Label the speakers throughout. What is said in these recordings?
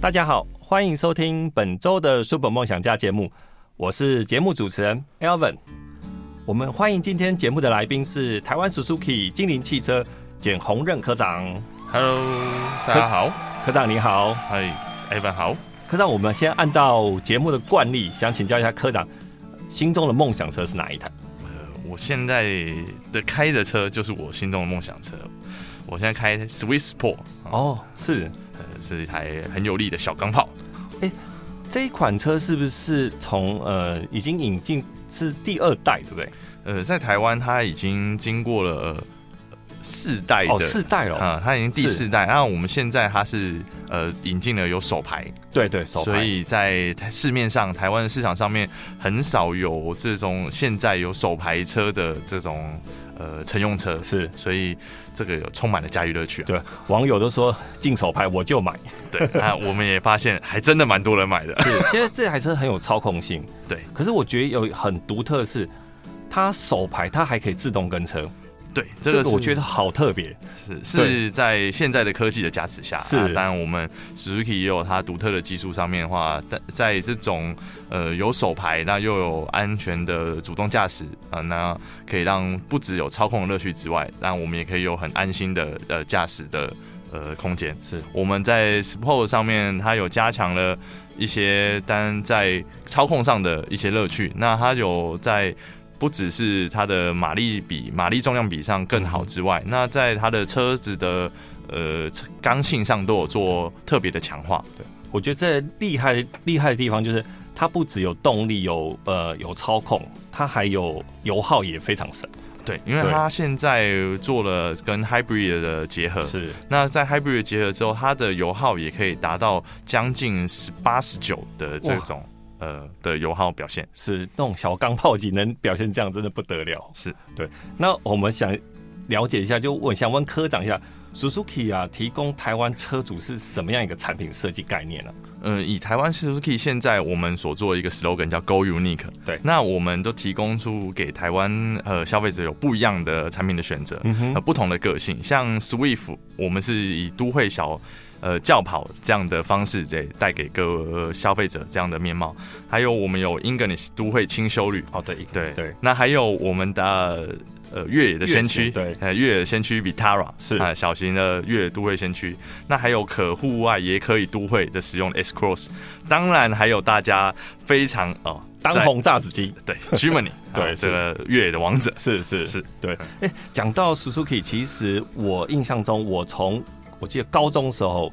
Speaker 1: 大家好，欢迎收听本周的 Super 梦想家节目，我是节目主持人 Alvin。我们欢迎今天节目的来宾是台湾 Suzuki 精灵汽车简宏任科长。
Speaker 2: Hello，大家好，
Speaker 1: 科长你好，
Speaker 2: 嗨，Evan 好。
Speaker 1: 科长，我们先按照节目的惯例，想请教一下科长，心中的梦想车是哪一台？
Speaker 2: 我现在的开的车就是我心中的梦想车，我现在开 Swiss Sport，
Speaker 1: 哦，是
Speaker 2: 呃，是一台很有力的小钢炮。
Speaker 1: 这一款车是不是从呃已经引进是第二代，对不对？
Speaker 2: 呃，在台湾它已经经过了呃四代的
Speaker 1: 哦，四代哦，
Speaker 2: 啊、它已经第
Speaker 1: 是
Speaker 2: 四代。那我们现在它是呃引进了有手牌，
Speaker 1: 对对，手
Speaker 2: 所
Speaker 1: 牌
Speaker 2: 以在台市面上台湾的市场上面很少有这种现在有手牌车的这种呃乘用车。
Speaker 1: 是
Speaker 2: 所以这个有充满了驾驭乐趣啊！
Speaker 1: 对网友都说进手牌我就买。
Speaker 2: 对，那我们也发现还真的蛮多人买的。
Speaker 1: 是，其实这台车很有操控性，
Speaker 2: 对。
Speaker 1: 可是我觉得有很独特的是，它手牌它还可以自动跟车，
Speaker 2: 对，
Speaker 1: 这
Speaker 2: 这
Speaker 1: 个
Speaker 2: 个是
Speaker 1: 我觉得好特别。
Speaker 2: 是是在现在的科技的加持下，
Speaker 1: 是
Speaker 2: 啊当然我们 Suzuki 也有它独特的技术上面的话，在在这种呃有手牌，那又有安全的主动驾驶啊，那可以让不只有操控的乐趣之外，让我们也可以有很安心的呃驾驶的呃空间。
Speaker 1: 是
Speaker 2: 我们在 Sport 上面，它有加强了一些单在操控上的一些乐趣。那它有在不只是它的马力比、马力重量比上更
Speaker 1: 嗯
Speaker 2: 好之外，那在它的车子的呃车刚性上都有做特别的强化。
Speaker 1: 我觉得这厉害厉害的地方就是，它不只有动力有呃有操控，它还有油耗也非常省。
Speaker 2: 对，因为
Speaker 1: 对
Speaker 2: 它现在做了跟 Hybrid 的结合，
Speaker 1: 是
Speaker 2: 那在 Hybrid 结合之后，它的油耗也可以达到将近十八、十九的这
Speaker 1: 哇
Speaker 2: 种呃的油耗表现。
Speaker 1: 是，那种小钢炮级能表现这样真的不得了。
Speaker 2: 是
Speaker 1: 对。那我们想了解一下，就我想问科长一下，Suzuki 啊提供台湾车主是什么样一个产品设计概念啊呢、
Speaker 2: 嗯，以台湾 Suzuki 现在我们所做的一个 slogan 叫 “Go Unique”，
Speaker 1: 对
Speaker 2: 那我们都提供出给台湾呃消费者有不一样的产品的选择，
Speaker 1: 嗯哼
Speaker 2: 呃不同的个性，像 Swift，我们是以都会小呃轿跑这样的方式给带给各呃消费者这样的面貌，还有我们有 English 都会轻修旅，
Speaker 1: 哦，对
Speaker 2: 对
Speaker 1: 对，
Speaker 2: 那还有我们的呃呃越野的先
Speaker 1: 越
Speaker 2: 驱，
Speaker 1: 野对
Speaker 2: 呃越野先驱 Vitara
Speaker 1: 是
Speaker 2: 啊、小型的越野都会先驱，那还有可户外也可以都会的使用的 S Cross，当然还有大家非常哦
Speaker 1: 当
Speaker 2: 在
Speaker 1: 红炸子鸡。
Speaker 2: 对 Germany
Speaker 1: 对
Speaker 2: 这
Speaker 1: 是
Speaker 2: 个越野的王者
Speaker 1: 是是
Speaker 2: 是嗯
Speaker 1: 对。哎、讲到 Suzuki，其实我印象中，我从我记得高中时候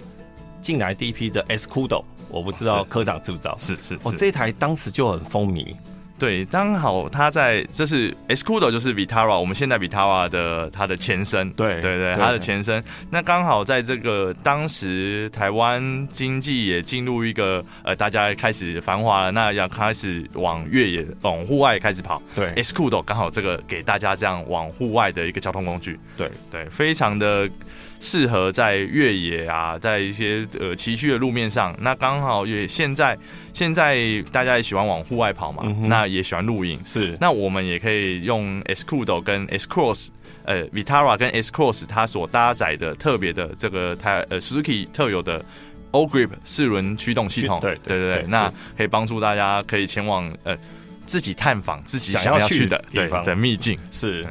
Speaker 1: 进来第一批的 S Kudo，我不知道
Speaker 2: 是
Speaker 1: 科长知不知道？
Speaker 2: 是是
Speaker 1: 哦，
Speaker 2: 是
Speaker 1: 这一台当时就很风靡，
Speaker 2: 对，刚好它在这是 Escudo 就是 Vitara，我们现在 Vitara 的它的前身，
Speaker 1: 对
Speaker 2: 对对，
Speaker 1: 对
Speaker 2: 它的前身。那刚好在这个当时台湾经济也进入一个呃大家开始繁华了，那要开始往越野往户外开始跑
Speaker 1: 对
Speaker 2: ，Escudo 刚好这个给大家这样往户外的一个交通工具，
Speaker 1: 对
Speaker 2: 对，非常的适合在越野啊，在一些呃崎岖的路面上。那刚好也现在现在大家也喜欢往户外跑嘛，
Speaker 1: 嗯哼
Speaker 2: 那也喜欢露营。
Speaker 1: 是
Speaker 2: 那我们也可以用 S Kudo 跟 S Cross，呃，Vitara 跟 S Cross 它所搭载的特别的这个它呃 Suzuki 特有的 O Grip 四轮驱动系统，
Speaker 1: 驱对
Speaker 2: 对
Speaker 1: 对
Speaker 2: 对
Speaker 1: 对
Speaker 2: 那
Speaker 1: 是
Speaker 2: 可以帮助大家可以前往呃自己探访自己
Speaker 1: 想
Speaker 2: 想要
Speaker 1: 要去
Speaker 2: 去的
Speaker 1: 的地
Speaker 2: 对
Speaker 1: 方
Speaker 2: 的秘境，
Speaker 1: 是，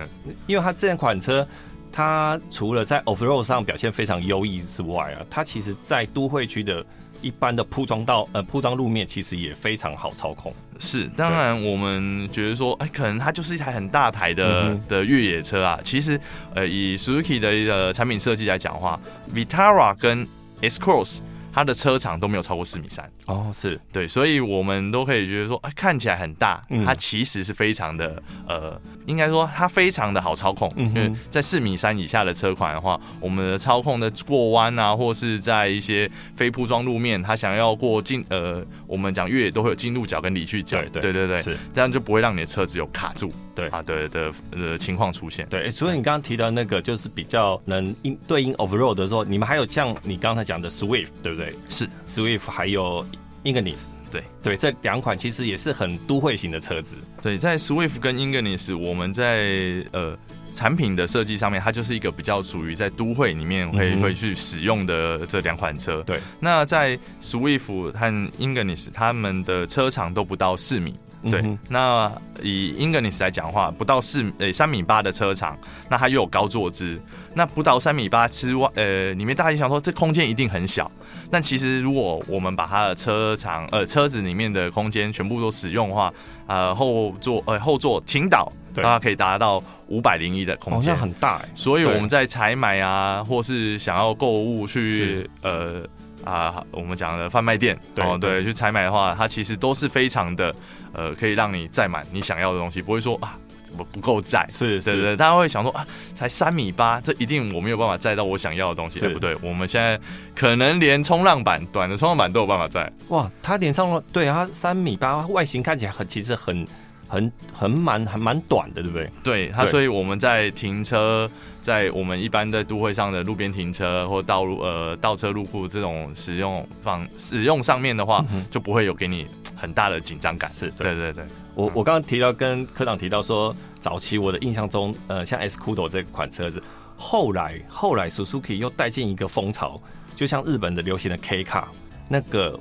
Speaker 1: 因为它这款车。它除了在 off road 上表现非常优异之外啊，它其实在都会区的一般的铺装道呃铺装路面其实也非常好操控。
Speaker 2: 是，当然我们觉得说，哎，可能它就是一台很大台的、
Speaker 1: 嗯哼
Speaker 2: 的越野车啊。其实，呃，以 Suzuki 的一个产品设计来讲的话，Vitara 跟 S Cross 它的车长都没有超过四米三，
Speaker 1: 哦，是
Speaker 2: 对，所以我们都可以觉得说，哎，看起来很大
Speaker 1: 嗯，
Speaker 2: 它其实是非常的，呃，应该说它非常的好操控。
Speaker 1: 嗯
Speaker 2: 因
Speaker 1: 哼
Speaker 2: 为在四米三以下的车款的话，我们的操控的过弯啊，或是在一些非铺装路面，它想要过进，呃，我们讲越野都会有进入角跟离去角，
Speaker 1: 对对
Speaker 2: 对对对
Speaker 1: 是，
Speaker 2: 这样就不会让你的车子有卡住，
Speaker 1: 对
Speaker 2: 啊，对的呃情况出现。
Speaker 1: 对。诶除了你刚刚提到那个，就是比较能应对应 off road 的时候，你们还有像你刚才讲的 Swift，对不对
Speaker 2: 是
Speaker 1: ？Swift 还有 Ignis，
Speaker 2: 对
Speaker 1: 对，这两款其实也是很都会型的车子。
Speaker 2: 对，在 Swift 跟 Ignis，我们在呃产品的设计上面，它就是一个比较属于在都会里面会、
Speaker 1: 嗯哼
Speaker 2: 会去使用的这两款车。
Speaker 1: 对，
Speaker 2: 那在 Swift 和 Ignis，它们的车长都不到四米。对，
Speaker 1: 嗯哼
Speaker 2: 哦那以 Ignis 来讲的话，不到四呃三米八的车长，那它又有高坐姿，那不到三米八之外，呃，里面大家想说这空间一定很小，但其实如果我们把它的车长呃车子里面的空间全部都使用的话，呃后座呃后座倾倒，
Speaker 1: 对
Speaker 2: 它可以达到五百零一的空
Speaker 1: 哦，
Speaker 2: 间、
Speaker 1: 那很大哎。
Speaker 2: 所以
Speaker 1: 对
Speaker 2: 我们在采买啊，或是想要购物去
Speaker 1: 是
Speaker 2: 呃啊，我们讲的贩卖店，
Speaker 1: 对
Speaker 2: 哦
Speaker 1: 对
Speaker 2: 对，去采买的话，它其实都是非常的呃，可以让你再买你想要的东西，不会说啊怎么不够载。
Speaker 1: 是
Speaker 2: 对对
Speaker 1: 是，
Speaker 2: 对，大家会想说啊，才三米八，这一定我没有办法载到我想要的东西。
Speaker 1: 是
Speaker 2: 哎不对，我们现在可能连冲浪板、短的冲浪板都有办法载。
Speaker 1: 哇，它脸上对它三米八，外形看起来很其实很很很蛮还蛮短的，对不对？
Speaker 2: 对它，
Speaker 1: 对
Speaker 2: 所以我们在停车，在我们一般在都会上的路边停车或道路呃倒车入库这种使用方使用上面的话，
Speaker 1: 嗯哼
Speaker 2: 就不会有给你很大的紧张感。
Speaker 1: 是对
Speaker 2: 对对对，
Speaker 1: 我我刚刚提到跟科长提到说，早期我的印象中，呃，像 S Kudo 这款车子，后来后来 Suzuki 又带进一个风潮，就像日本的流行的 K 卡，那个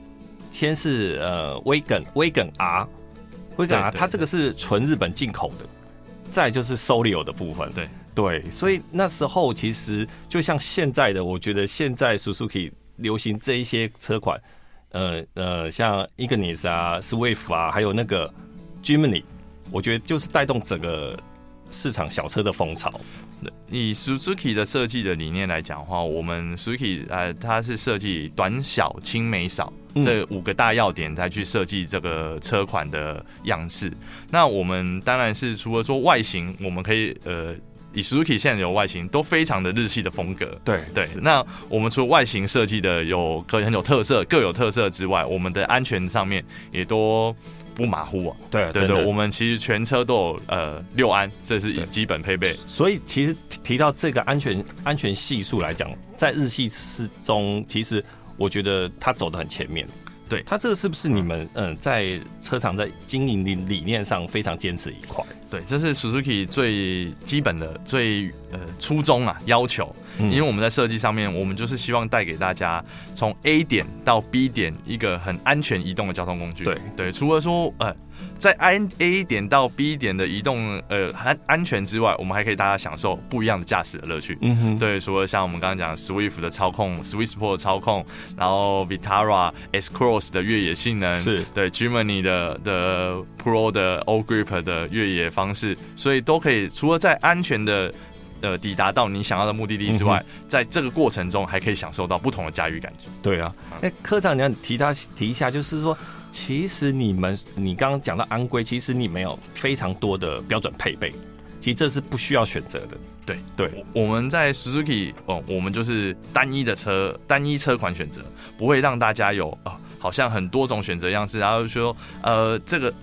Speaker 1: 先是呃 Wagon Wagon R Wagon
Speaker 2: 对
Speaker 1: R，
Speaker 2: 对
Speaker 1: 它这个是纯日本进口的，再来就是 Solio 的部分，
Speaker 2: 对
Speaker 1: 对，所以那时候其实就像现在的，我觉得现在 Suzuki 流行这一些车款，呃呃，像 Ignis 啊、Swift 啊，还有那个 Jimny，我觉得就是带动整个市场小车的风潮。
Speaker 2: 以 Suzuki 的设计的理念来讲的话，我们 Suzuki 呃，它是设计短小轻美少、
Speaker 1: 嗯
Speaker 2: 这五个大要点，再去设计这个车款的样式。那我们当然是除了说外形，我们可以呃，以 Suzuki 现在有外形都非常的日系的风格。
Speaker 1: 对
Speaker 2: 对，那我们除了外形设计的有各很有特色、各有特色之外，我们的安全上面也都不马虎啊。
Speaker 1: 对
Speaker 2: 对对，我
Speaker 1: 们
Speaker 2: 们其实全车都有呃六安，这是
Speaker 1: 对
Speaker 2: 基本配备。
Speaker 1: 所以其实提提到这个安全安全系数来讲，在日系之中，其实我觉得它走得很前面。
Speaker 2: 对
Speaker 1: 它这个是不是你们嗯、呃在车厂在经营的理念上非常坚持一块？
Speaker 2: 对，这是 Suzuki 最基本的、最呃初衷啊要求。
Speaker 1: 嗯
Speaker 2: 因为我们在设计上面，我们就是希望带给大家从 A 点到 B 点一个很安全移动的交通工具。
Speaker 1: 对
Speaker 2: 对，除了说呃在 A A 点到 B 点的移动呃安安全之外，我们还可以大家享受不一样的驾驶的乐趣。
Speaker 1: 嗯哼，
Speaker 2: 对，除了像我们刚刚讲的 Swift 的操控、Swiss Sport 的操控，然后 Vitara S Cross 的越野性能，
Speaker 1: 是
Speaker 2: 对 Germany 的的 Pro 的 O Grip 的越野方式，所以都可以除了在安全的呃抵达到你想要的目的地之外，在这个过程中还可以享受到不同的驾驭感觉。
Speaker 1: 对啊，那科长，你要提他提一下，就是说，其实你们你刚刚讲到安规，其实你们有非常多的标准配备，其实这是不需要选择的。
Speaker 2: 对
Speaker 1: 对，
Speaker 2: 我我们在 Suzuki 哦，我们就是单一的车，单一车款选择，不会让大家有啊、好像很多种选择样式，然后说呃这个。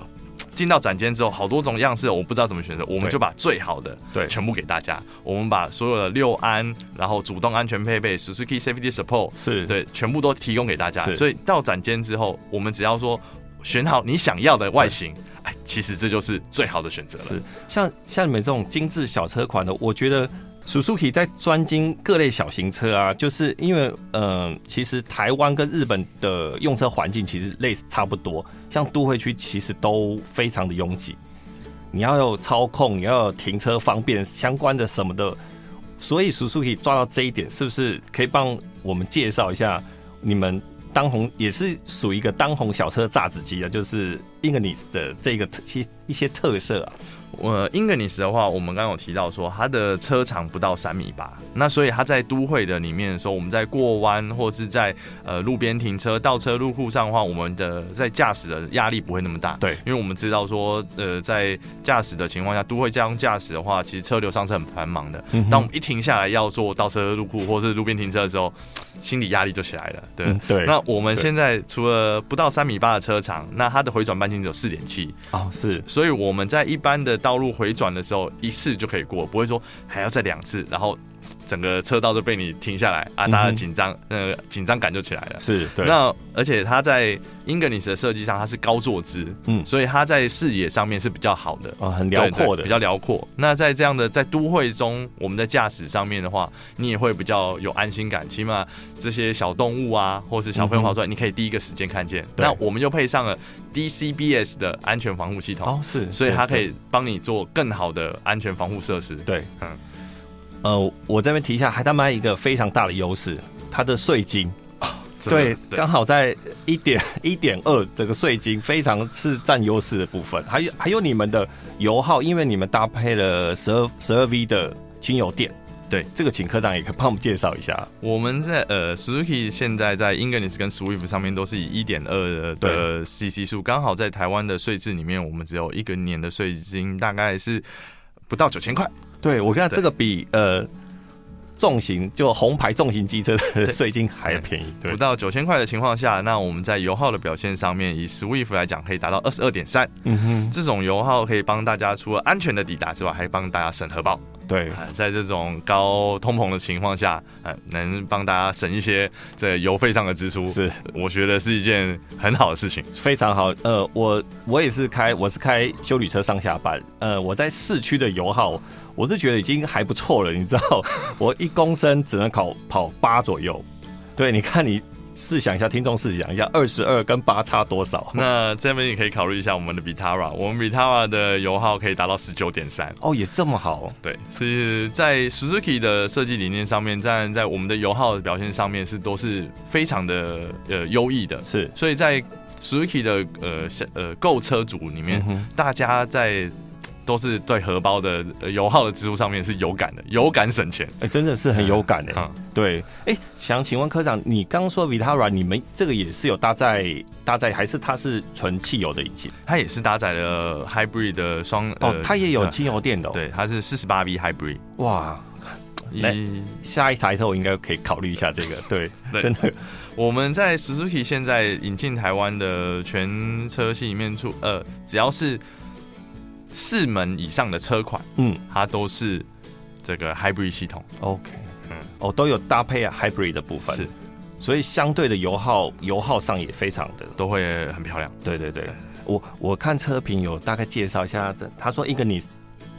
Speaker 2: 进到展间之后，好多种样式，我不知道怎么选择，我们
Speaker 1: 对
Speaker 2: 就把最好的
Speaker 1: 对
Speaker 2: 全部给大家。我们把所有的六安，然后主动安全配备、Suzuki Safety Support，
Speaker 1: 是，
Speaker 2: 对，全部都提供给大家。
Speaker 1: 是
Speaker 2: 所以到展间之后，我们只要说选好你想要的外形，哎，其实这就是最好的选择了。
Speaker 1: 是像像你们这种精致小车款的，我觉得 Suzuki 在专精各类小型车啊，就是因为呃，其实台湾跟日本的用车环境其实类似差不多，像都会区其实都非常的拥挤，你要有操控，你要有停车方便相关的什么的，所以 Suzuki 抓到这一点，是不是可以帮我们介绍一下你们当红也是属于一个当红小车的榨汁机啊，就是 Ignis 的这个特其一些特色啊。
Speaker 2: 呃，英格尼斯的话，我们刚刚有提到说它的车长不到三米八，那所以它在都会的里面的时候，我们在过弯或是在呃路边停车、倒车入库上的话，我们的在驾驶的压力不会那么大。
Speaker 1: 对
Speaker 2: 因为我们知道说，呃，在驾驶的情况下，都会这样驾驶的话，其实车流上是很繁忙的。
Speaker 1: 嗯哼
Speaker 2: 当我们一停下来要做倒车入库或是路边停车的时候，心理压力就起来了。对，
Speaker 1: 嗯对
Speaker 2: 那我们
Speaker 1: 对
Speaker 2: 现在除了不到三米八的车长，那它的回转半径只有四点七，
Speaker 1: 哦，是
Speaker 2: 所以我们在一般的道路回转的时候，一次就可以过，不会说还要再两次，然后整个车道就被你停下来啊，
Speaker 1: 嗯哼
Speaker 2: 大家紧张，呃，紧张感就起来了。
Speaker 1: 是，对，
Speaker 2: 那而且它在 English 的设计上，它是高坐姿，
Speaker 1: 嗯
Speaker 2: 嗯，所以它在视野上面是比较好的，
Speaker 1: 哦，很辽阔
Speaker 2: 对对
Speaker 1: 的，
Speaker 2: 比较辽阔。那在这样的在都会中，我们在驾驶上面的话，你也会比较有安心感，起码这些小动物啊，或是小朋
Speaker 1: 嗯
Speaker 2: 友跑出来，你可以第一个时间看见。
Speaker 1: 对
Speaker 2: 那我们又配上了 DCBS 的安全防护系统，
Speaker 1: 哦，是，
Speaker 2: 所以
Speaker 1: 对
Speaker 2: 它可以帮你做更好的安全防护设施。
Speaker 1: 对，
Speaker 2: 嗯
Speaker 1: 呃，我这边提一下，还他们还有一个非常大的优势，它的税金，
Speaker 2: 真的
Speaker 1: 对，刚好在一点一点二这个税金非常是占优势的部分，还有还有你们的油耗，因为你们搭配了十二十二 V 的轻油电，
Speaker 2: 对，
Speaker 1: 这个请科长也可以帮我们介绍一下，
Speaker 2: 我们在呃 Suzuki 现在在 English 跟 Swift 上面都是以一点二的 CC 数，刚好在台湾的税制里面，我们只有一个年的税金大概是不到九千块。
Speaker 1: 对我跟你讲，
Speaker 2: 对
Speaker 1: 这个比呃重型就红牌重型机车的税金还便宜，对
Speaker 2: 不，到九千块的情况下，那我们在油耗的表现上面，以 Swift 来讲，可以达到二十二点三。
Speaker 1: 嗯哼，
Speaker 2: 这种油耗可以帮大家除了安全的抵达之外，还帮大家省荷包。
Speaker 1: 对，
Speaker 2: 啊在这种高通膨的情况下，呃，能帮大家省一些这油费上的支出，
Speaker 1: 是
Speaker 2: 我觉得是一件很好的事情。
Speaker 1: 非常好。呃，我我也是开，我是开修理车上下班。呃，我在市区的油耗，我是觉得已经还不错了，你知道， 我一公升只能跑跑八左右。对，你看你试想一下，听众试想一下，二十二跟八差多少？
Speaker 2: 那这边也可以考虑一下我们的 Vitara，我们 Vitara 的油耗可以达到十九点三。
Speaker 1: 哦，也这么好，
Speaker 2: 对，是在 Suzuki 的设计理念上面，在在我们的油耗的表现上面是都是非常的呃优异的，
Speaker 1: 是
Speaker 2: 所以在 Suzuki 的呃下呃购车族里面，
Speaker 1: 嗯哼
Speaker 2: 大家在都是对荷包的、呃油耗的支出上面是有感的，有感省钱。
Speaker 1: 哎、真的是很有感哎、
Speaker 2: 嗯
Speaker 1: 对，哎、想请问科长，你刚说 Vitara，你们这个也是有搭载搭载，还是它是纯汽油的引擎？
Speaker 2: 它也是搭载了 Hybrid 的双
Speaker 1: 哦，它也有
Speaker 2: 呃
Speaker 1: 汽油电的、哦，，
Speaker 2: 对，它是四十八 V Hybrid。
Speaker 1: 哇，来
Speaker 2: 一
Speaker 1: 下一台头应该可以考虑一下这 个，对，
Speaker 2: 对
Speaker 1: 真的
Speaker 2: 我们在 Suzuki 现在引进台湾的全车系里面出，呃，只要是四门以上的车款，
Speaker 1: 嗯
Speaker 2: 它都是这个 Hybrid 系统。
Speaker 1: ，OK，
Speaker 2: 嗯
Speaker 1: 哦，都有搭配 hybrid 的部分，
Speaker 2: 是，
Speaker 1: 所以相对的油耗油耗上也非常的，
Speaker 2: 都会很漂亮。
Speaker 1: 对对对
Speaker 2: 对，
Speaker 1: 我我看车评有大概介绍一下，这他说一个你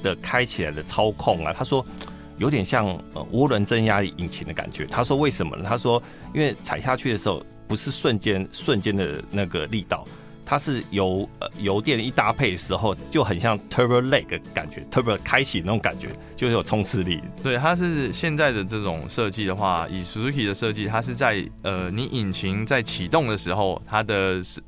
Speaker 1: 的开起来的操控啊，他说。有点像呃涡轮增压引擎的感觉。他说为什么呢？他说因为踩下去的时候不是瞬间 瞬间的那个力道，它是油呃油电一搭配的时候就很像 turbo leg 的感觉，turbo 开启那种感觉，就是有冲刺力。
Speaker 2: 对，它是现在的这种设计的话，以 Suzuki 的设计，它是在呃，你引擎在启动的时候，它的是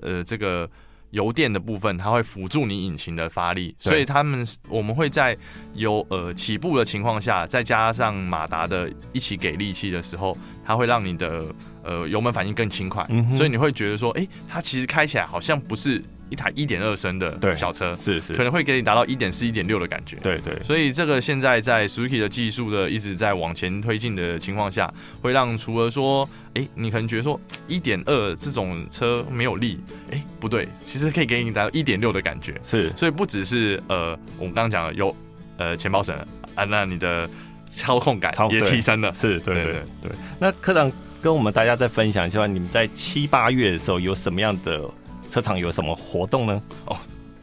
Speaker 2: 呃这个油电的部分，它会辅助你引擎的发力，
Speaker 1: 对
Speaker 2: 所以他们是我们会在有呃起步的情况下，再加上马达的一起给力气的时候，它会让你的呃油门反应更轻快，
Speaker 1: 嗯哼
Speaker 2: 所以你会觉得说，哎、它其实开起来好像不是一台一点二升
Speaker 1: 对
Speaker 2: 的小车，
Speaker 1: 是是
Speaker 2: 可能会给你达到一点四、一点六的感觉。
Speaker 1: 对对，
Speaker 2: 所以这个现在在 Suzuki 的技术的一直在往前推进的情况下，会让除了说，哎、你可能觉得说一点二这种车没有力，哎、不对，其实可以给你达到一点六的感觉。
Speaker 1: 是
Speaker 2: 所以不只是呃，我们刚刚讲了有呃钱包省了啊，那你的操控感
Speaker 1: 操
Speaker 2: 也
Speaker 1: 对
Speaker 2: 提升了。
Speaker 1: 是，对对
Speaker 2: 对
Speaker 1: 对那科长跟我们大家再分享一下，你们在七八月的时候有什么样的车厂有什么活动呢？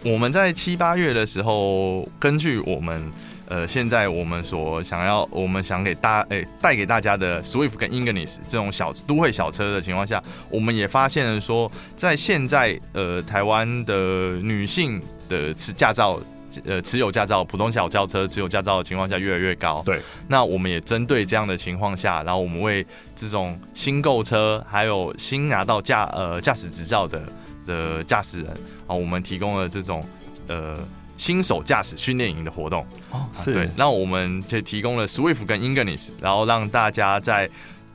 Speaker 2: 我们在七八月的时候，根据我们呃现在我们所想要，我们想给大诶带、给大家的 Swift 跟 Ignis 这种小都会小车的情况下，我们也发现了说，在现在呃台湾的女性的持驾照呃持有驾照、普通小轿车持有驾照的情况下越来越高。
Speaker 3: 对，
Speaker 2: 那我们也针对这样的情况下，然后我们为这种新购车还有新拿到驾呃驾驶执照的的驾驶人啊，我们提供了这种呃新手驾驶训练营的活动。
Speaker 1: 哦，
Speaker 2: 啊
Speaker 1: 是
Speaker 2: 对，那我们就提供了 Swift 跟 Ingnis，然后让大家在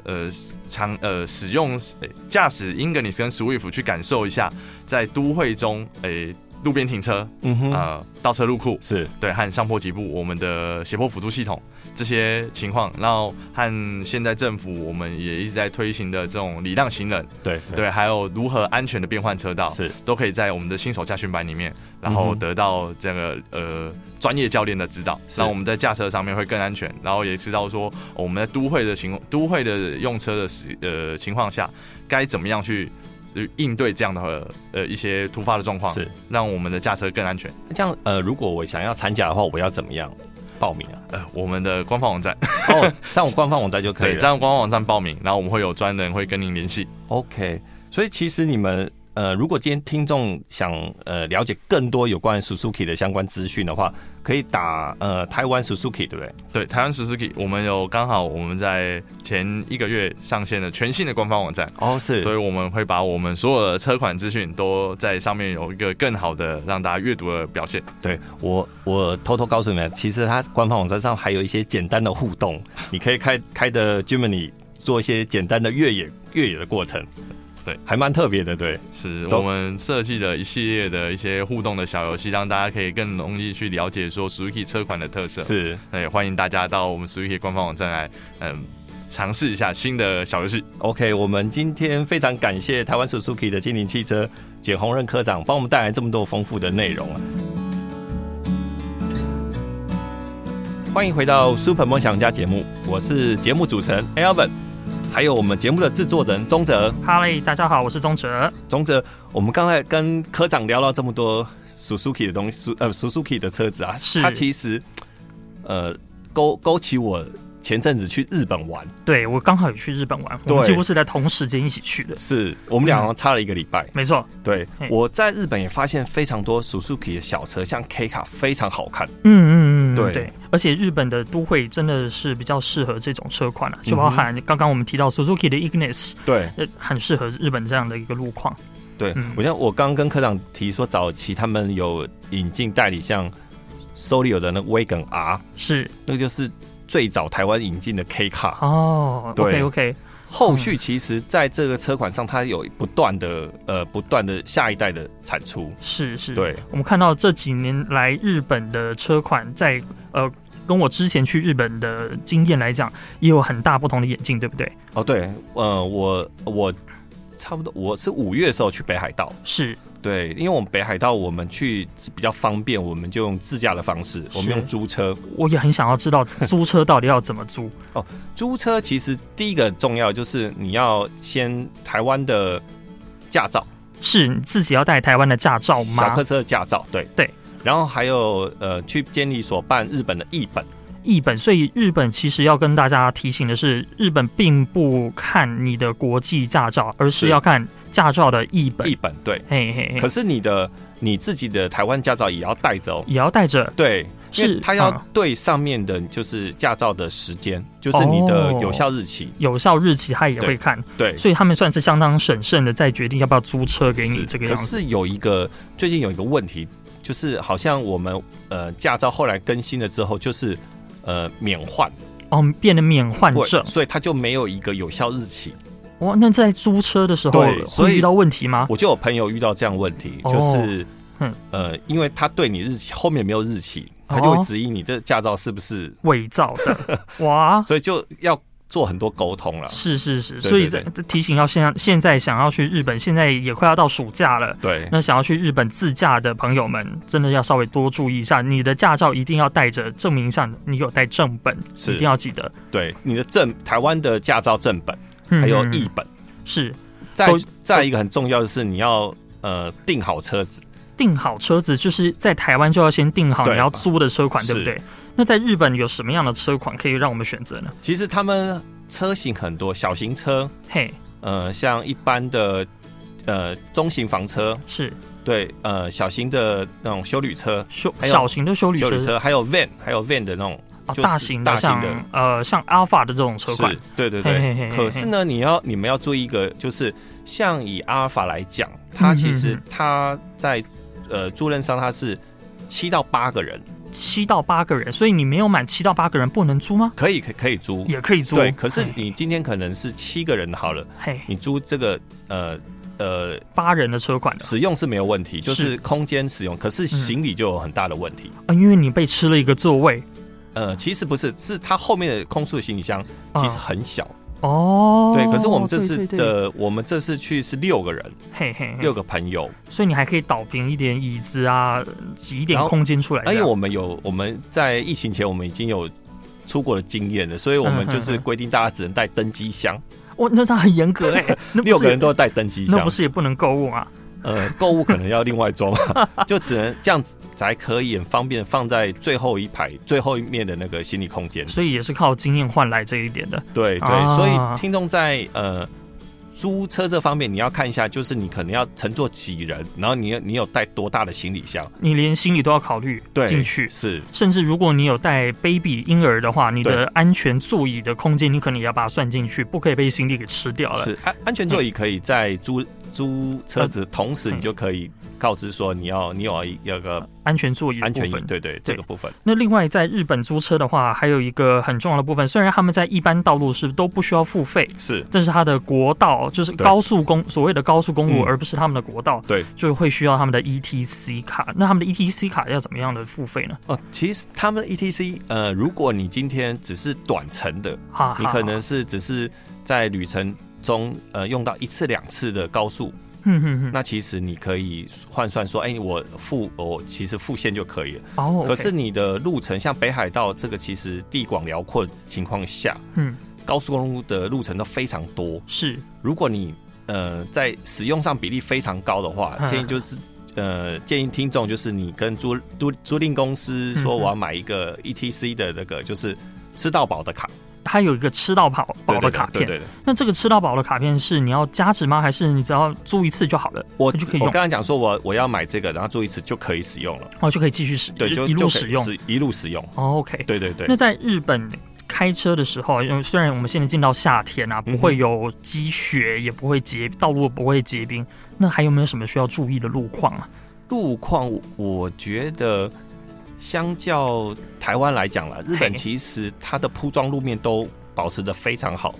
Speaker 2: 呃常呃使用诶驾驶 Ingnis 跟 Swift 去感受一下在都会中诶、路边停车
Speaker 1: 嗯哼，
Speaker 2: 啊、呃倒车入库
Speaker 1: 是
Speaker 2: 对和上坡起步我们的斜坡辅助系统这些情况，然后和现在政府我们也一直在推行的这种礼让行人
Speaker 1: 对
Speaker 2: 对，还有如何安全的变换车道
Speaker 1: 是
Speaker 2: 都可以在我们的新手驾训班里面，然后
Speaker 1: 嗯哼
Speaker 2: 得到这个呃专业教练的指导，
Speaker 1: 是
Speaker 2: 让我们在驾车上面会更安全，然后也知道说、哦我们在都会的情况都会的用车的时呃情况下，该怎么样去呃应对这样的呃一些突发的状况，
Speaker 1: 是。
Speaker 2: 让我们的驾车更安全。
Speaker 1: 那这样呃，如果我想要参加的话，我要怎么样报名啊？
Speaker 2: 呃，我们的官方网站
Speaker 1: 哦， 上我官方网站就可以
Speaker 2: 对，
Speaker 1: 了。
Speaker 2: 这样官方网站报名，然后我们会有专人会跟您联系。
Speaker 1: OK，所以其实你们呃，如果今天听众想呃了解更多有关于 Suzuki 的相关资讯的话，可以打呃台湾 Suzuki，对不对？
Speaker 2: 对，台湾 Suzuki，我们有刚好我们在前一个月上线了全新的官方网站。
Speaker 1: 哦，是
Speaker 2: 所以我们会把我们所有的车款资讯都在上面有一个更好的让大家阅读的表现。
Speaker 1: 对我，我偷偷告诉你们，其实它官方网站上还有一些简单的互动，你可以开开的 Gemini 做一些简单的越野越野的过程，
Speaker 2: 对，
Speaker 1: 还蛮特别的，对，
Speaker 2: 是
Speaker 1: 懂
Speaker 2: 我们设计了一系列的一些互动的小游戏，让大家可以更容易去了解说 Suzuki 车款的特色。，
Speaker 1: 是
Speaker 2: 那也欢迎大家到我们 Suzuki 官方网站来，嗯，尝试一下新的小游戏。
Speaker 1: OK。我们今天非常感谢台湾 Suzuki 的精灵汽车简宏任科长帮我们带来这么多丰富的内容啊。欢迎回到 Super 梦想家节目，我是节目主持人 Alvin，还有我们节目的制作人钟哲。
Speaker 3: 嗨，大家好，我是钟哲。
Speaker 1: 总之，我们刚才跟科长聊到这么多 Suzuki 的东西，Su- 呃 Suzuki 的车子啊，
Speaker 3: 是
Speaker 1: 它其实呃勾勾起我前阵子去日本玩，
Speaker 3: 对我刚好也去日本玩，我们
Speaker 1: 对
Speaker 3: 几乎是在同时间一起去的。
Speaker 1: 是我们俩好像差了一个礼拜。
Speaker 3: 没错，
Speaker 1: 对
Speaker 3: 嗯嘿，
Speaker 1: 我在日本也发现非常多 Suzuki 的小车，像 K 卡非常好看。
Speaker 3: 嗯嗯嗯，
Speaker 1: 对
Speaker 3: 对，而且日本的都会真的是比较适合这种车款啊，
Speaker 1: 嗯
Speaker 3: 就包含刚刚我们提到 Suzuki 的 Ignis，
Speaker 1: 对，
Speaker 3: 呃，很适合日本这样的一个路况。
Speaker 1: 对，
Speaker 3: 嗯
Speaker 1: 我像我刚刚跟科长提说，早期他们有引进代理像 Solio 的那个 Wagon R，
Speaker 3: 是
Speaker 1: 那个就是最早台湾引进的 K 卡。
Speaker 3: 哦
Speaker 1: 对
Speaker 3: ，OK OK，
Speaker 1: 后续其实在这个车款上，它有不断的呃不断的下一代的产出。
Speaker 3: 是是，
Speaker 1: 对，
Speaker 3: 我们看到这几年来日本的车款在呃。跟我之前去日本的经验来讲，也有很大不同的眼镜，对不对？
Speaker 1: 哦对，呃我我差不多我是五月的时候去北海道，
Speaker 3: 是
Speaker 1: 对，因为我们北海道我们去是比较方便，我们就用自驾的方式，我们用租车。
Speaker 3: 我也很想要知道 租车到底要怎么租。
Speaker 1: 租车其实第一个重要就是你要先台湾的驾照，
Speaker 3: 是你自己要带台湾的驾照
Speaker 1: 小
Speaker 3: 吗
Speaker 1: 客？车的驾照，对
Speaker 3: 对。
Speaker 1: 然后还有呃去监理所办日本的译本，
Speaker 3: 日本，所以日本其实要跟大家提醒的是，日本并不看你的国际驾照，而是
Speaker 1: 是
Speaker 3: 要看驾照的译本
Speaker 1: 译。本对。
Speaker 3: 嘿嘿
Speaker 1: 可
Speaker 3: 嘿，
Speaker 1: 是你的你自己的台湾驾照也要带着哦，
Speaker 3: 也要带着。
Speaker 1: 对，因为
Speaker 3: 是
Speaker 1: 他要
Speaker 3: 嗯
Speaker 1: 对上面的就是驾照的时
Speaker 3: 哦
Speaker 1: 间，就是你的有效日期，
Speaker 3: 有效日期他也
Speaker 1: 对
Speaker 3: 会看，
Speaker 1: 对，
Speaker 3: 所以他们算是相当审慎的，在决定要不要租车给你
Speaker 1: 是
Speaker 3: 这个
Speaker 1: 可
Speaker 3: 样子。
Speaker 1: 是有一个最近有一个问题，就是好像我们呃驾照后来更新了之后，就是呃免换，
Speaker 3: 哦，变得免换
Speaker 1: 对
Speaker 3: 证，
Speaker 1: 所以它就没有一个有效日期。
Speaker 3: 哇，那在租车的时候
Speaker 1: 对所
Speaker 3: 会
Speaker 1: 以
Speaker 3: 遇到问题吗？
Speaker 1: 我就有朋友遇到这样的问题，
Speaker 3: 啊哦
Speaker 1: 就是、
Speaker 3: 嗯
Speaker 1: 呃，因为他对你日期后面没有日期，他
Speaker 3: 哦
Speaker 1: 就会质疑你这驾照是不是，
Speaker 3: 伪造的， 哇，
Speaker 1: 所以就要做很多沟通了。
Speaker 3: 是是是，
Speaker 1: 对
Speaker 3: 所以
Speaker 1: 对
Speaker 3: 这
Speaker 1: 对
Speaker 3: 这提醒要现在现在想要去日本，现在也快要到暑假了。
Speaker 1: 对，
Speaker 3: 那想要去日本自驾的朋友们，真的要稍微多注意一下，你的驾照一定要带着，证明一下你有带正本，
Speaker 1: 是
Speaker 3: 一定要记得。
Speaker 1: 对，你的正台湾的驾照正本
Speaker 3: 嗯
Speaker 1: 还有
Speaker 3: 嗯
Speaker 1: 译本，
Speaker 3: 是
Speaker 1: 再
Speaker 3: 都
Speaker 1: 再一个很重要的是你要呃订好车子，
Speaker 3: 订好车子，就是在台湾就要先订好
Speaker 1: 对
Speaker 3: 你要租的车款，
Speaker 1: 是
Speaker 3: 对不对？那在日本有什么样的车款可以让我们选择呢？
Speaker 1: 其实他们车型很多，小型车，
Speaker 3: 嘿，
Speaker 1: 呃，像一般的呃中型房车，
Speaker 3: 是
Speaker 1: 对，呃，小型的那种修旅车、
Speaker 3: 修
Speaker 1: 还有
Speaker 3: 小型的修理
Speaker 1: 修
Speaker 3: 车
Speaker 1: 旅车，还有 van，还有 van 的那种
Speaker 3: 啊，
Speaker 1: 就是
Speaker 3: 大型
Speaker 1: 大
Speaker 3: 的
Speaker 1: 型
Speaker 3: 像
Speaker 1: 的
Speaker 3: 呃像 Alpha 的这种车款
Speaker 1: 是，对对
Speaker 3: 嘿嘿嘿
Speaker 1: 对。
Speaker 3: 嘿
Speaker 1: 可是呢，你要你们要注意一个，就是像以阿尔法来讲，它其
Speaker 3: 嗯
Speaker 1: 实
Speaker 3: 嗯
Speaker 1: 它在呃租赁上它是七到八个人，
Speaker 3: 七到八个人，所以你没有满七到八个人不能租吗？
Speaker 1: 可以可以可以租。
Speaker 3: 也可以租，
Speaker 1: 对，可是
Speaker 3: 嘿
Speaker 1: 你今天可能是七个人好了，
Speaker 3: 嘿
Speaker 1: 你租这个呃呃
Speaker 3: 八人的车款的、
Speaker 1: 使用是没有问题，就是是空间使用，可
Speaker 3: 嗯
Speaker 1: 是行李就有很大的问题。
Speaker 3: 啊，因为你被吃了一个座位，
Speaker 1: 呃，其实不是，是它后面的空出的行李箱
Speaker 3: 啊
Speaker 1: 其实很小，
Speaker 3: 哦，
Speaker 1: 对。可是我们这次
Speaker 3: 对
Speaker 1: 的，
Speaker 3: 对嗯对
Speaker 1: 我们这次去是六个人，
Speaker 3: 嘿嘿
Speaker 1: 六
Speaker 3: 嘿，
Speaker 1: 个朋友，
Speaker 3: 所以你还可以倒平一点椅子啊，挤一点
Speaker 1: 然后
Speaker 3: 空间出来这
Speaker 1: 而且
Speaker 3: 样。
Speaker 1: 我们有我们在疫情前我们已经有出国的经验了，所以我们
Speaker 3: 嗯
Speaker 1: 就是规定大家只能带登机箱，
Speaker 3: 哇，那他很严格哎、 那不是
Speaker 1: 六个人都带登机
Speaker 3: 那不
Speaker 1: 箱。
Speaker 3: 是也不能购物啊？
Speaker 1: 呃，购物可能要另外装，啊 就只能这样子才可以很方便放在最后一排最后一面的那个行李空间。
Speaker 3: 所以也是靠经验换来这一点的。
Speaker 1: 对对，
Speaker 3: 啊
Speaker 1: 所以听众在呃租车这方面，你要看一下，就是你可能要乘坐几人，然后你要你有带多大的行李箱
Speaker 3: 你连心理都要考虑
Speaker 1: 对
Speaker 3: 进去，
Speaker 1: 是。
Speaker 3: 甚至如果你有带 baby 婴儿的话，你的安全座椅的空间你可能也要把它算进去，不可以被行李给吃掉了。
Speaker 1: 是安安全座椅可以在租租车子，同时你就可以告知说你要你有一有个
Speaker 3: 安全座椅的
Speaker 1: 安全
Speaker 3: 部
Speaker 1: 椅，
Speaker 3: 分。
Speaker 1: 对对，这个嗯部分
Speaker 3: 那另外在日本租车的话，还有一个很重要的部分，虽然他们在一般道路是都不需要付费，
Speaker 1: 是
Speaker 3: 但是它的国道就是
Speaker 1: 对
Speaker 3: 高速公所谓的高速公路，
Speaker 1: 嗯
Speaker 3: 而不是他们的国道，
Speaker 1: 对，
Speaker 3: 就会需要他们的 ETC 卡。那他们的 ETC 卡要怎么样的付费呢？
Speaker 1: 哦。其实他们 ETC 呃，如果你今天只是短程的，啊
Speaker 3: 哈哈
Speaker 1: 你可能是只是在旅程中呃用到一次两次的高速，
Speaker 3: 哼哼哼，
Speaker 1: 那其实你可以换算说，哎、我付我其实付现就可以了。
Speaker 3: 哦，
Speaker 1: 可是你的路程像北海道这个，其实地广辽阔情况下，
Speaker 3: 嗯
Speaker 1: 高速公路的路程都非常多。
Speaker 3: 是
Speaker 1: 如果你呃在使用上比例非常高的 话，
Speaker 3: 嗯
Speaker 1: 建议就是。呃，建议听众就是你跟租租租赁公司说
Speaker 3: 嗯嗯
Speaker 1: 我要买一个 ETC 的那个就是吃到饱的卡，
Speaker 3: 它有一个吃到饱饱的卡片，
Speaker 1: 对对对对对。
Speaker 3: 那这个吃到饱的卡片是你要加值吗？还是你只要租一次就好了？
Speaker 1: 我
Speaker 3: 就可以
Speaker 1: 我
Speaker 3: 用，
Speaker 1: 刚才讲说我我要买这个，然后做一次就可以使用了，
Speaker 3: 哦，就可以继续使，
Speaker 1: 对，就
Speaker 3: 一
Speaker 1: 就
Speaker 3: 路
Speaker 1: 可以
Speaker 3: 使用。
Speaker 1: 使一路使用，
Speaker 3: 哦，OK。
Speaker 1: 对对对
Speaker 3: 那。在日本开车的时候，因为虽然我们现在进到夏天
Speaker 1: 嗯
Speaker 3: 啊，不会有积雪，也不会结道路不会结冰，那还有没有什么需要注意的路况啊？
Speaker 1: 路况，我觉得相较台湾来讲啦，日本
Speaker 3: 嘿
Speaker 1: 其实它的铺装路面都保持的非常好，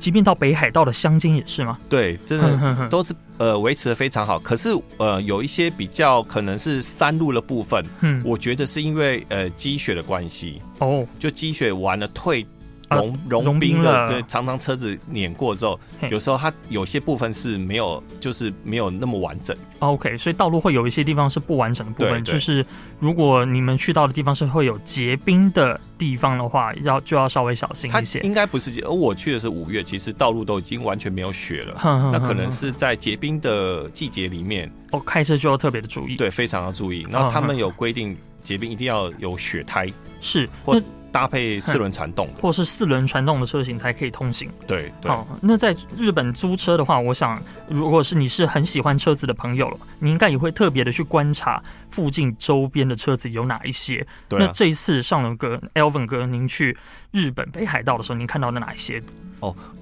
Speaker 3: 即便到北海道的乡间也是吗？
Speaker 1: 对，真
Speaker 3: 哼
Speaker 1: 的
Speaker 3: 哼哼
Speaker 1: 都是呃维持的非常好。可是呃有一些比较可能是山路的部分，
Speaker 3: 嗯，
Speaker 1: 我觉得是因为呃积雪的关系，
Speaker 3: 哦，
Speaker 1: 就积雪完了退。
Speaker 3: 啊
Speaker 1: 融
Speaker 3: 融
Speaker 1: 融
Speaker 3: 冰
Speaker 1: 冰
Speaker 3: 了
Speaker 1: 的，对，常常车子碾过之后
Speaker 3: 嘿，
Speaker 1: 有时候它有些部分是没有，就是没有那么完整。
Speaker 3: 哦 OK，所以道路会有一些地方是不完整的部分，
Speaker 1: 对对
Speaker 3: 就是如果你们去到的地方是会有结冰的地方的话，要就要稍微小心
Speaker 1: 它
Speaker 3: 一些。
Speaker 1: 应该不是，而我去的是五月，其实道路都已经完全没有雪 了。
Speaker 3: 哼哼
Speaker 1: 那
Speaker 3: 哼
Speaker 1: 可能
Speaker 3: 哼
Speaker 1: 是在结冰的季节里面，
Speaker 3: 哦，开车就要特别的注意。，
Speaker 1: 对，非常要注意。然后他
Speaker 3: 嗯
Speaker 1: 们有规定，结冰一定要有雪胎，
Speaker 3: 是
Speaker 1: 或
Speaker 3: 那
Speaker 1: 搭配四轮传动的。
Speaker 3: 或是四轮传动的车型才可以通行。
Speaker 1: 对对，
Speaker 3: 哦好，那在日本租车的话，我想如果是你是很喜欢车子的朋友了，你应该也会特别的去观察附近周边的车子有哪一些。
Speaker 1: 对
Speaker 3: 那
Speaker 1: 啊。
Speaker 3: 这一次上龙哥、Elvin 哥，您去日本北海道的时候，您看到了哪一些？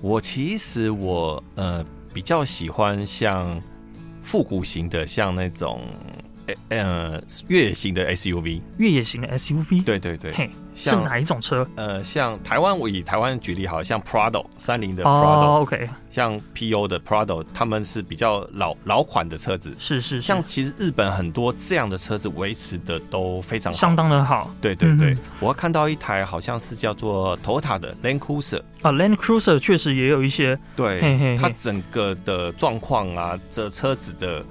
Speaker 1: 我其实我呃比较喜欢像复古型的，像那种呃呃越野型的 SUV。
Speaker 3: 越野型的 SUV，
Speaker 1: 对对对，
Speaker 3: 嘿，是
Speaker 1: 像
Speaker 3: 哪一种车？
Speaker 1: 呃像台湾，我以台湾举例好了，像 Prado 三菱的 Prado，、
Speaker 3: 哦，OK，
Speaker 1: 像 PO 的 Prado，他们是比较老老款的车子。
Speaker 3: 是是是，
Speaker 1: 像其实日本很多这样的车子维持的都非常好，
Speaker 3: 相当的好
Speaker 1: 对对对。
Speaker 3: 嗯
Speaker 1: 我看到一台好像是叫做 Toyota 的 Land Cruiser，
Speaker 3: 啊。Land Cruiser 确实也有一些，
Speaker 1: 对
Speaker 3: 嘿嘿嘿
Speaker 1: 它整个的状况啊，这车子的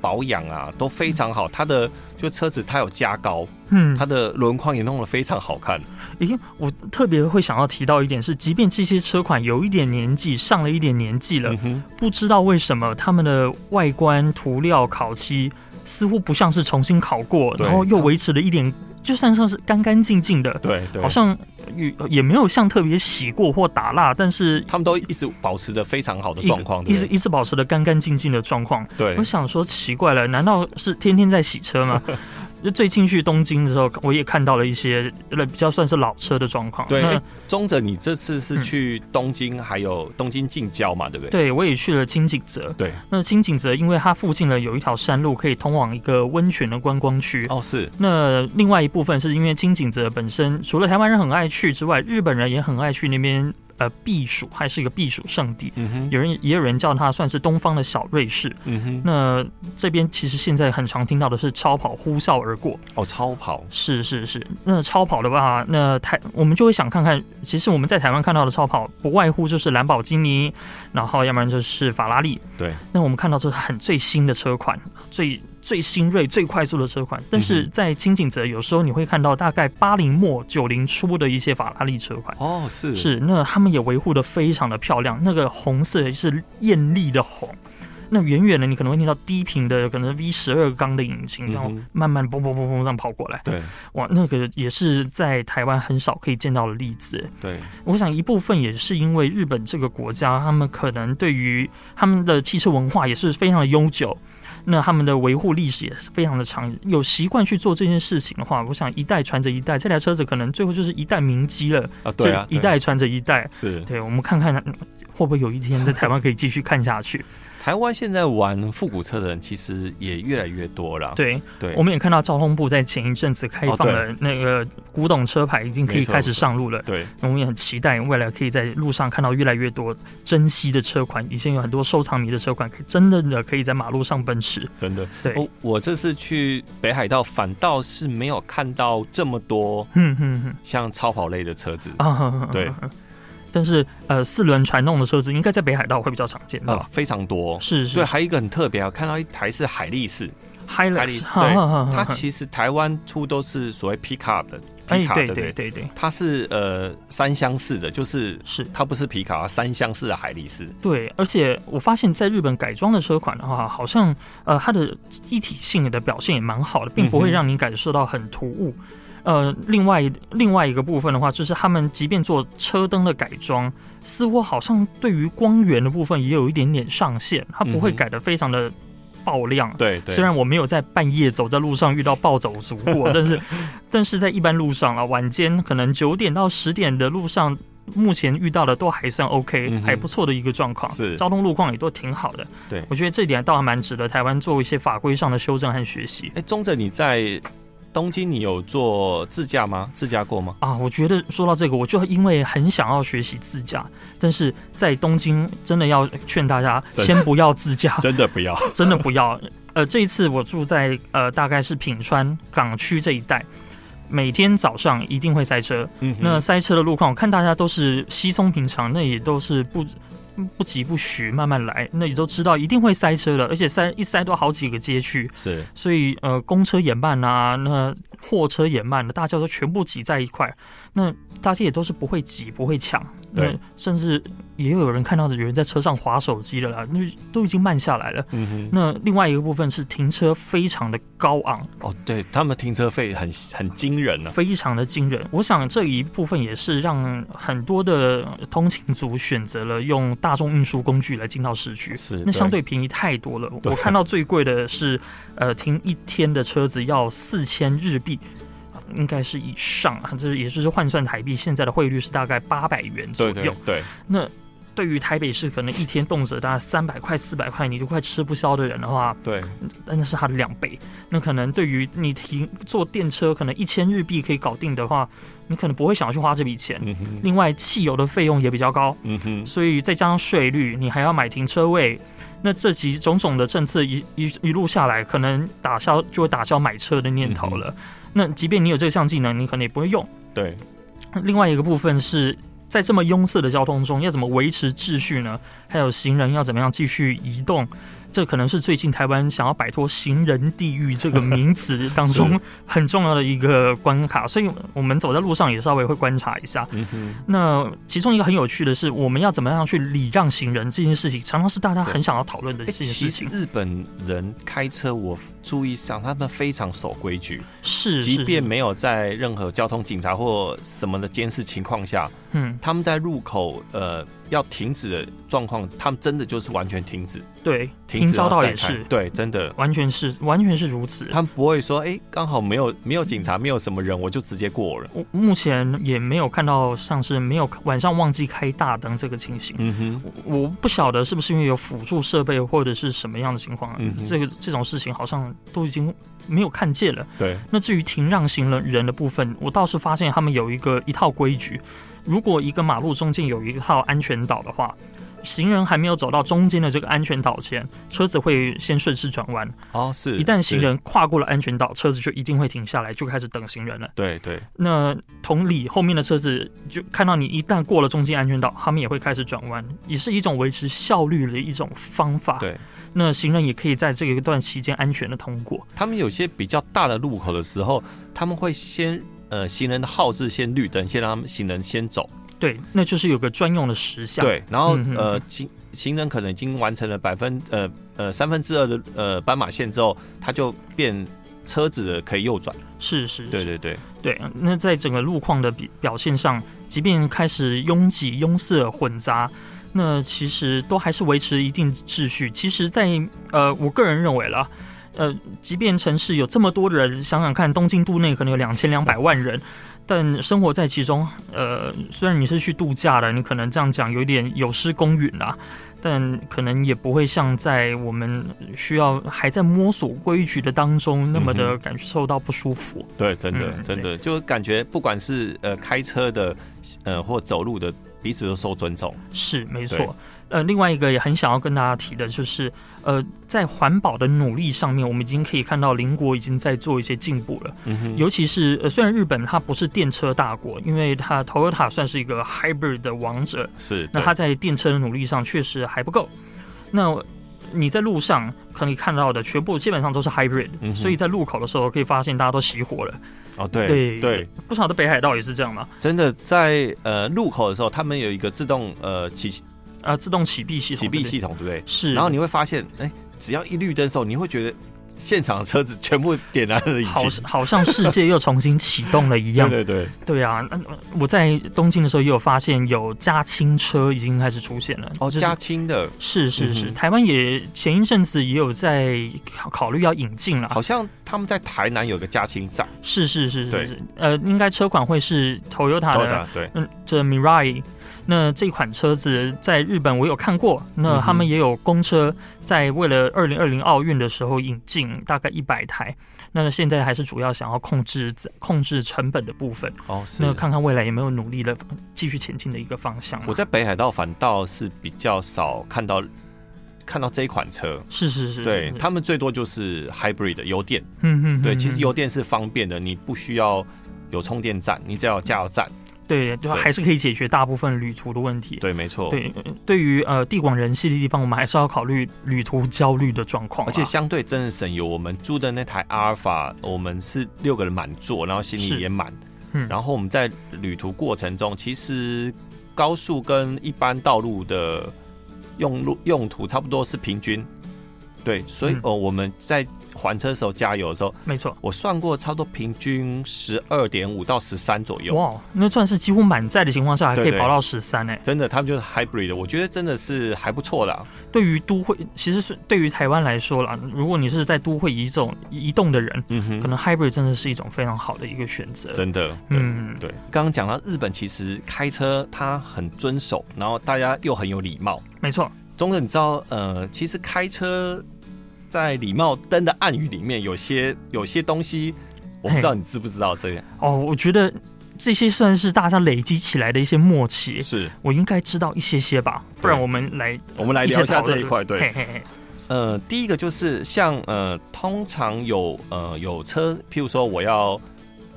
Speaker 1: 保养啊都非常好。它的就车子它有加高，
Speaker 3: 嗯，
Speaker 1: 它的轮框也弄得非常好看。
Speaker 3: 咦，我特别会想要提到一点是，即便这些车款有一点年纪，上了一点年纪了，
Speaker 1: 嗯哼，
Speaker 3: 不知道为什么他们的外观涂料烤漆似乎不像是重新烤过，
Speaker 1: 对
Speaker 3: 然后又维持了一点，就算像是干干净净的，
Speaker 1: 对对，
Speaker 3: 好像也也没有像特别洗过或打蜡，但是
Speaker 1: 他们都一直保持着非常好的
Speaker 3: 一
Speaker 1: 状况，
Speaker 3: 一
Speaker 1: 对不
Speaker 3: 直
Speaker 1: 对
Speaker 3: 一直保持的干干净净的状况。
Speaker 1: 对
Speaker 3: 我想说奇怪了，难道是天天在洗 车吗？就最近去东京的时候，我也看到了一些呃比较算是老车的状况。
Speaker 1: 对，
Speaker 3: 那
Speaker 1: 哎中者你这次是
Speaker 3: 嗯
Speaker 1: 去东京，还有东京近郊嘛，对不对？
Speaker 3: 对，我也去了清井泽。
Speaker 1: 对，
Speaker 3: 那清井泽因为它附近呢有一条山路可以通往一个温泉的观光区。
Speaker 1: 哦，是
Speaker 3: 那另外一部分是因为清井泽本身，除了台湾人很爱去之外，日本人也很爱去那边呃避暑，还是一个避暑圣地。
Speaker 1: 嗯哼，
Speaker 3: 有人也有人叫它算是东方的小瑞士。
Speaker 1: 嗯哼，
Speaker 3: 那这边其实现在很常听到的是超跑呼啸而过，
Speaker 1: 哦，超跑，
Speaker 3: 是是是。那超跑的话，那台我们就会想看看，其实我们在台湾看到的超跑，不外乎就是兰博基尼，然后要不然就是法拉利。
Speaker 1: 对，
Speaker 3: 那我们看到就是很最新的车款，最最新锐、最快速的车款。但
Speaker 1: 嗯
Speaker 3: 是
Speaker 1: 哼
Speaker 3: 在清景泽，有时候你会看到大概八零末九零初的一些法拉利车款。
Speaker 1: 哦，是，
Speaker 3: 是，那他们也维护的非常的漂亮，那个红色是艳丽的红。那远远的你可能会听到低频的，可能 V 十二缸的引擎，然后
Speaker 1: 嗯哼
Speaker 3: 慢慢嘣嘣嘣嘣这样跑过来，
Speaker 1: 对
Speaker 3: 哇，那个也是在台湾很少可以见到的例子。欸
Speaker 1: 对，
Speaker 3: 我想一部分也是因为日本这个国家，他们可能对于他们的汽车文化也是非常的悠久，那他们的维护历史也是非常的长，有习惯去做这件事情的话，我想一代传着一代，这台车子可能最后就是一代名机了，
Speaker 1: 啊，对啊，
Speaker 3: 就一代传着一代。
Speaker 1: 是
Speaker 3: 对，我们看看嗯会不会有一天在台湾可以继续看 下去。
Speaker 1: 台湾现在玩复古车的人其实也越来越多了，
Speaker 3: 对，
Speaker 1: 对，
Speaker 3: 我们也看到交通部在前一阵子开
Speaker 1: 哦
Speaker 3: 放
Speaker 1: 对
Speaker 3: 了那个古董车牌，已经可
Speaker 1: 没
Speaker 3: 以
Speaker 1: 错
Speaker 3: 开始上路了。
Speaker 1: 对
Speaker 3: 我们也很期待未来可以在路上看到越来越多珍稀的车款。以前有很多收藏迷的车款，可以真的的可以在马路上奔驰。
Speaker 1: 真的，
Speaker 3: 对，
Speaker 1: 我我这次去北海道反倒是没有看到这么多
Speaker 3: 嗯嗯嗯
Speaker 1: 像超跑类的车子
Speaker 3: 啊，
Speaker 1: 对。
Speaker 3: 但是呃，四轮传动的车子应该在北海道会比较常见
Speaker 1: 啊
Speaker 3: 到。，
Speaker 1: 非常多。
Speaker 3: 哦是
Speaker 1: 对，
Speaker 3: 是
Speaker 1: 还有一个很特别啊，我看到一台是海力士，海力士
Speaker 3: Hilux，
Speaker 1: 对它
Speaker 3: 它
Speaker 1: 其实台湾出都是所谓 pickup 的
Speaker 3: 哎，
Speaker 1: ，pickup
Speaker 3: 对
Speaker 1: 对不对？
Speaker 3: 对对对，
Speaker 1: 它是呃三厢式的，就是
Speaker 3: 是。
Speaker 1: 它不是皮卡，它三厢式的海力士。
Speaker 3: 对，而且我发现，在日本改装的车款的话，好像呃，它的一体性的表现也蛮好的，并不
Speaker 1: 嗯
Speaker 3: 会
Speaker 1: 哼
Speaker 3: 让你感受到很突兀。呃，另外另外一个部分的话，就是他们即便做车灯的改装，似乎好像对于光源的部分也有一点点上限，它不会
Speaker 1: 嗯哼
Speaker 3: 改的非常的爆亮。
Speaker 1: 对对
Speaker 3: 虽然我没有在半夜走在路上遇到暴走族 过，但是但是在一般路上啊，晚间可能九点到十点的路上，目前遇到的都还算 OK，、
Speaker 1: 嗯哼
Speaker 3: 还不错的一个状况，
Speaker 1: 是
Speaker 3: 交通路况也都挺好的。
Speaker 1: 对
Speaker 3: 我觉得这点倒还蛮值得台湾做一些法规上的修正和学习。
Speaker 1: 哎，中者你在东京，你有做自驾吗？自驾过吗？
Speaker 3: 啊，我觉得说到这个，我就因为很想要学习自驾，但是在东京真的要劝大家
Speaker 1: 真的
Speaker 3: 先不要自 驾，
Speaker 1: 真的不要。
Speaker 3: 真的不要。呃，这一次我住在呃大概是品川港区这一带，每天早上一定会塞车。
Speaker 1: 嗯哼
Speaker 3: 那塞车的路况，我看大家都是稀松平常，那也都是不不急不徐，慢慢来，那也都知道一定会塞车的，而且塞一塞都好几个街区，
Speaker 1: 是
Speaker 3: 所以呃公车也慢啊，那货车也慢的，大家都全部挤在一块，那大家也都是不会挤不会抢，
Speaker 1: 对
Speaker 3: 那甚至也有人看到有人在车上划手机的啦，那都已经慢下来了。
Speaker 1: 嗯
Speaker 3: 那另外一个部分是停车非常的高昂，
Speaker 1: 哼，哦，对他们停车费很很惊
Speaker 4: 哦
Speaker 1: 人呢、
Speaker 3: 非常的惊人。我想这一部分也是让很多的通勤族选择了用大众运输工具来进到市区，
Speaker 1: 是
Speaker 3: 那相对便宜太多了。我看到最贵的是，呃，停一天的车子要四千日币。呃应该是以上啊，这也就是换算台币，现在的汇率是大概八百元左
Speaker 1: 对
Speaker 3: 右。
Speaker 1: 对对，
Speaker 3: 那对于台北市可能一天动辄大概三百块、四百块，你就快吃不消的人的话，
Speaker 1: 对，
Speaker 3: 但那是它的两倍。那可能对于你停坐电车，可能一千日币可以搞定的话，你可能不会想要去花这笔钱。
Speaker 1: 嗯哼，
Speaker 3: 另外，汽油的费用也比较高，
Speaker 1: 嗯哼，
Speaker 3: 所以再加上税率，你还要买停车位。那这几种种的政策一一一路下来，可能打消就会打消买车的念头了。那即便你有这项技能，你可能也不会用。
Speaker 1: 对，
Speaker 3: 另外一个部分是在这么拥塞的交通中，要怎么维持秩序呢？还有行人要怎么样继续移动？这可能是最近台湾想要摆脱“行人地狱”这个名词 当中很重要的一个关卡，所以我们走在路上也稍微会观察一下。
Speaker 1: 嗯哼，
Speaker 3: 那其中一个很有趣的是，我们要怎么样去礼让行人这件事情，常常是大家很想要讨论的
Speaker 1: 诶
Speaker 3: 这件
Speaker 1: 哎其
Speaker 3: 事
Speaker 1: 实
Speaker 3: 情。
Speaker 1: 日本人开车，我注意上他们非常守规矩，
Speaker 3: 是，
Speaker 1: 即
Speaker 3: 是
Speaker 1: 便没有在任何交通警察或什么的监视情况下，
Speaker 3: 嗯，
Speaker 1: 他们在入口呃要停止的状况，他们真的就是完全停止，
Speaker 3: 对，
Speaker 1: 停
Speaker 3: 平
Speaker 1: 止然
Speaker 3: 交
Speaker 1: 后
Speaker 3: 道也
Speaker 1: 再开
Speaker 3: 是，
Speaker 1: 对，真的。
Speaker 3: 完全是完全是如此。
Speaker 1: 他们不会说，哎、刚好没有没有警察，没有什么人，我就直接过了。
Speaker 3: 我目前也没有看到像是没有晚上忘记开大灯这个情形。
Speaker 1: 嗯哼，
Speaker 3: 我不晓得是不是因为有辅助设备或者是什么样的情况啊、
Speaker 1: 嗯哼
Speaker 3: 这个这种事情好像都已经没有看见了。
Speaker 1: 对，
Speaker 3: 那至于停让行人人的部分，我倒是发现他们有一个一套规矩，如果一个马路中间有一套安全岛的话。行人还没有走到中间的这个安全岛前，车子会先顺势转弯。
Speaker 1: 哦，是。
Speaker 3: 一旦
Speaker 1: 是
Speaker 3: 行，人跨过了安全岛，车子就一定会停下来，就开始等行人了。
Speaker 1: 对对，
Speaker 3: 那同理，后面的车子就看到你一旦过了中间安全岛，他们也会开始转弯，也是一种维持效率的一种方法。
Speaker 1: 对，
Speaker 3: 那行人也可以在这一段期间安全的通过。
Speaker 1: 他们有些比较大的路口的时候，他们会先呃行人的号志先绿灯，先让他们行人先走。
Speaker 3: 对，那就是有个专用的时效。，
Speaker 1: 对，然后
Speaker 3: 嗯哼
Speaker 1: 呃行行人可能已经完成了百分呃呃三分之二的呃斑马线之后，他就变车子了可以右转。
Speaker 3: 是是，
Speaker 1: 对对对，
Speaker 3: 对。那在整个路况的比表现上，即便开始拥挤、拥塞、混杂。那其实都还是维持一定秩序。其实在，呃，我个人认为啦，呃，即便城市有这么多的人，想想看，东京都内可能有两千两百万人，但生活在其中，呃，虽然你是去度假的，你可能这样讲有点有失公允啊，但可能也不会像在我们需要还在摸索规矩的当中那么的感受到不舒服。
Speaker 1: 对，真的、
Speaker 3: 嗯
Speaker 1: 真的，就感觉不管是呃开车的呃或走路的，彼此都受尊重。
Speaker 3: 是，没
Speaker 1: 对
Speaker 3: 错。呃，另外一个也很想要跟大家提的就是，呃，在环保的努力上面，我们已经可以看到邻国已经在做一些进步了。
Speaker 1: 嗯哼，
Speaker 3: 尤其是呃，虽然日本它不是电车大国，因为它 Toyota 算是一个 hybrid 的王者，
Speaker 1: 是。
Speaker 3: 那
Speaker 1: 对
Speaker 3: 它在电车的努力上确实还不够。那你在路上可以看到的全部基本上都是 hybrid，、
Speaker 1: 嗯哼
Speaker 3: 所以在路口的时候可以发现大家都熄火了。
Speaker 1: 哦，对
Speaker 3: 对
Speaker 1: 对，
Speaker 3: 不晓得北海道也是这样吗？
Speaker 1: 真的在呃路口的时候，他们有一个自动呃起起
Speaker 3: 啊、自动启闭系统，
Speaker 1: 闭
Speaker 3: 对不对
Speaker 1: 系统，对不对？
Speaker 3: 是，
Speaker 1: 然后你会发现，哎、只要一绿灯的时候，你会觉得现场的车子全部点燃了引
Speaker 3: 好
Speaker 1: 擎。
Speaker 3: 好像世界又重新启动了
Speaker 1: 对
Speaker 3: 一 样。
Speaker 1: 对对，
Speaker 3: 对啊，那我在东京的时候也有发现，有加氢车已经开始出现了。
Speaker 1: 哦，
Speaker 3: 就是
Speaker 1: 加氢的，
Speaker 3: 是是是，
Speaker 1: 嗯哼
Speaker 3: 台湾也前一阵子也有在考考虑要引进了。
Speaker 1: 好像他们在台南有个加氢站，
Speaker 3: 是是是是
Speaker 1: 对
Speaker 3: 是，呃，应该车款会是 Toyota 的，
Speaker 1: 的，对，
Speaker 3: 嗯，这 Mirai。那这款车子在日本我有看过，
Speaker 1: 嗯
Speaker 3: 那
Speaker 1: 哼
Speaker 3: 他们也有公车在为了二零二零奥运的时候引进大概一百台，那现在还是主要想要控制控制成本的部分。
Speaker 1: 哦是
Speaker 3: 那。看看未来有没有努力的继续前进的一个方向啊。
Speaker 1: 我在北海道反倒是比较少看到看到这一款车，
Speaker 3: 是是是，
Speaker 1: 对
Speaker 3: 是
Speaker 1: 他们最多就是 hybrid 的油电，
Speaker 3: 嗯嗯，
Speaker 1: 对，
Speaker 3: 嗯
Speaker 1: 其实
Speaker 3: 嗯
Speaker 1: 油电是方便的，你不需要有充电站，你只要有加油站，
Speaker 3: 对，就还是可以解决大部分旅途的问题。
Speaker 1: 对，没错，
Speaker 3: 对，呃对于呃地广人稀的地方，我们还是要考虑旅途焦虑的状况啊。
Speaker 1: 而且相对真的省油。我们租的那台阿尔法，我们是六个人满座，然后行李
Speaker 3: 是
Speaker 1: 也满。
Speaker 3: 嗯
Speaker 1: 然后我们在旅途过程中，其实高速跟一般道路的用路用途差不多是平均。对，所以、
Speaker 3: 嗯
Speaker 1: 哦，我们在还车的时候加油的时候，
Speaker 3: 没错，
Speaker 1: 我算过，差不多平均十二点五到十三左右。
Speaker 3: 哇，那算是几乎满载的情况下，还可
Speaker 1: 对
Speaker 3: 以
Speaker 1: 对
Speaker 3: 跑到十三哎。
Speaker 1: 真的，他们就是 hybrid 的，我觉得真的是还不错啦。
Speaker 3: 对于都会，其实是对于台湾来说啦，如果你是在都会移动移动的人，
Speaker 1: 嗯
Speaker 3: 可
Speaker 1: 哼，
Speaker 3: 能 hybrid 真的是一种非常好的一个选择。
Speaker 1: 真的，对
Speaker 3: 嗯，
Speaker 1: 对，刚刚讲到日本，其实开车它很遵守，然后大家又很有礼貌。
Speaker 3: 没错，
Speaker 1: 中正，你知道，呃，其实开车在礼貌灯的暗语里面，有些有些东西，我不知道你知不知道这样
Speaker 3: 哦，我觉得这些算是大家累积起来的一些默契，
Speaker 1: 是，
Speaker 3: 我应该知道一些些吧，不然我们来
Speaker 1: 我们来聊一下这一块。
Speaker 3: 起
Speaker 1: 对，
Speaker 3: 讨论嘿嘿嘿，
Speaker 1: 呃，第一个就是像呃，通常有呃有车，譬如说我要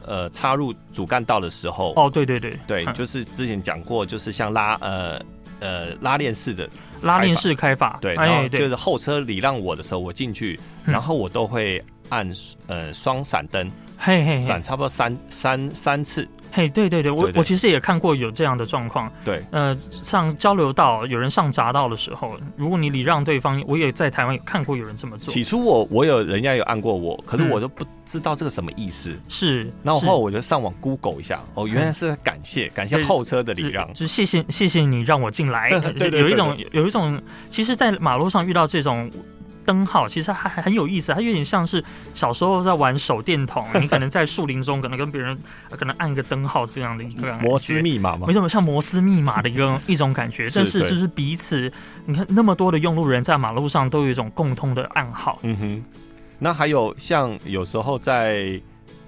Speaker 1: 呃插入主干道的时候，
Speaker 3: 哦哦，对对对
Speaker 1: 对，
Speaker 3: 嗯
Speaker 1: 就是之前讲过，就是像拉呃呃拉链式的
Speaker 3: 拉链式开法，
Speaker 1: 对，然
Speaker 3: 哎
Speaker 1: 后就
Speaker 3: 对，
Speaker 1: 是后车礼让我的时候，我进去，
Speaker 3: 嗯
Speaker 1: 然后我都会按呃双闪灯
Speaker 3: 嘿嘿嘿
Speaker 1: 闪，差不多三三三次，
Speaker 3: 嘿，对对对，我
Speaker 1: 对对
Speaker 3: 我其实也看过有这样的状况。
Speaker 1: 对，
Speaker 3: 呃，上交流道有人上匝道的时候，如果你礼让对方，我也在台湾有看过有人这么做，
Speaker 1: 起初我我有人家有按过我，可是
Speaker 3: 嗯
Speaker 1: 我都不知道这个什么意思。
Speaker 3: 是，
Speaker 1: 然后
Speaker 3: 是
Speaker 1: 后来我就上网 Google 一下，哦，原来是感谢感谢
Speaker 3: 对
Speaker 1: 后车的礼
Speaker 3: 是
Speaker 1: 让，
Speaker 3: 就谢谢谢谢你让我进 来。
Speaker 1: 对对对
Speaker 3: 有一
Speaker 1: 对
Speaker 3: 种
Speaker 1: 对
Speaker 3: 有一种，呃其实，在马路上遇到这种。灯号其实还还很有意思，它有点像是小时候在玩手电 筒，你可能在树林中可能跟别人 呃可能按个灯号这样的一个感觉
Speaker 1: 摩斯密码嘛
Speaker 3: 没，什么像摩斯密码的一个 一种感觉，
Speaker 1: 是
Speaker 3: 但是
Speaker 1: 对
Speaker 3: 就是彼此，你看那么多的用路人在马路上都有一种共通的暗号，
Speaker 1: 嗯哼。那还有像有时候在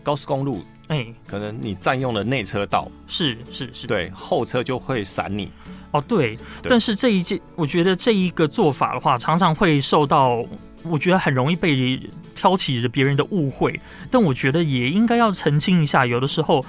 Speaker 1: 高速公路，
Speaker 3: 哎、
Speaker 1: 可能你占用了内车道，
Speaker 3: 是是是，
Speaker 1: 对，后车就会闪你，
Speaker 3: 哦对，
Speaker 1: 对
Speaker 3: 但是这一件，我觉得这一个做法的话，常常会受到，我觉得很容易被挑起别人的误会，但我觉得也应该要澄清一下，有的时候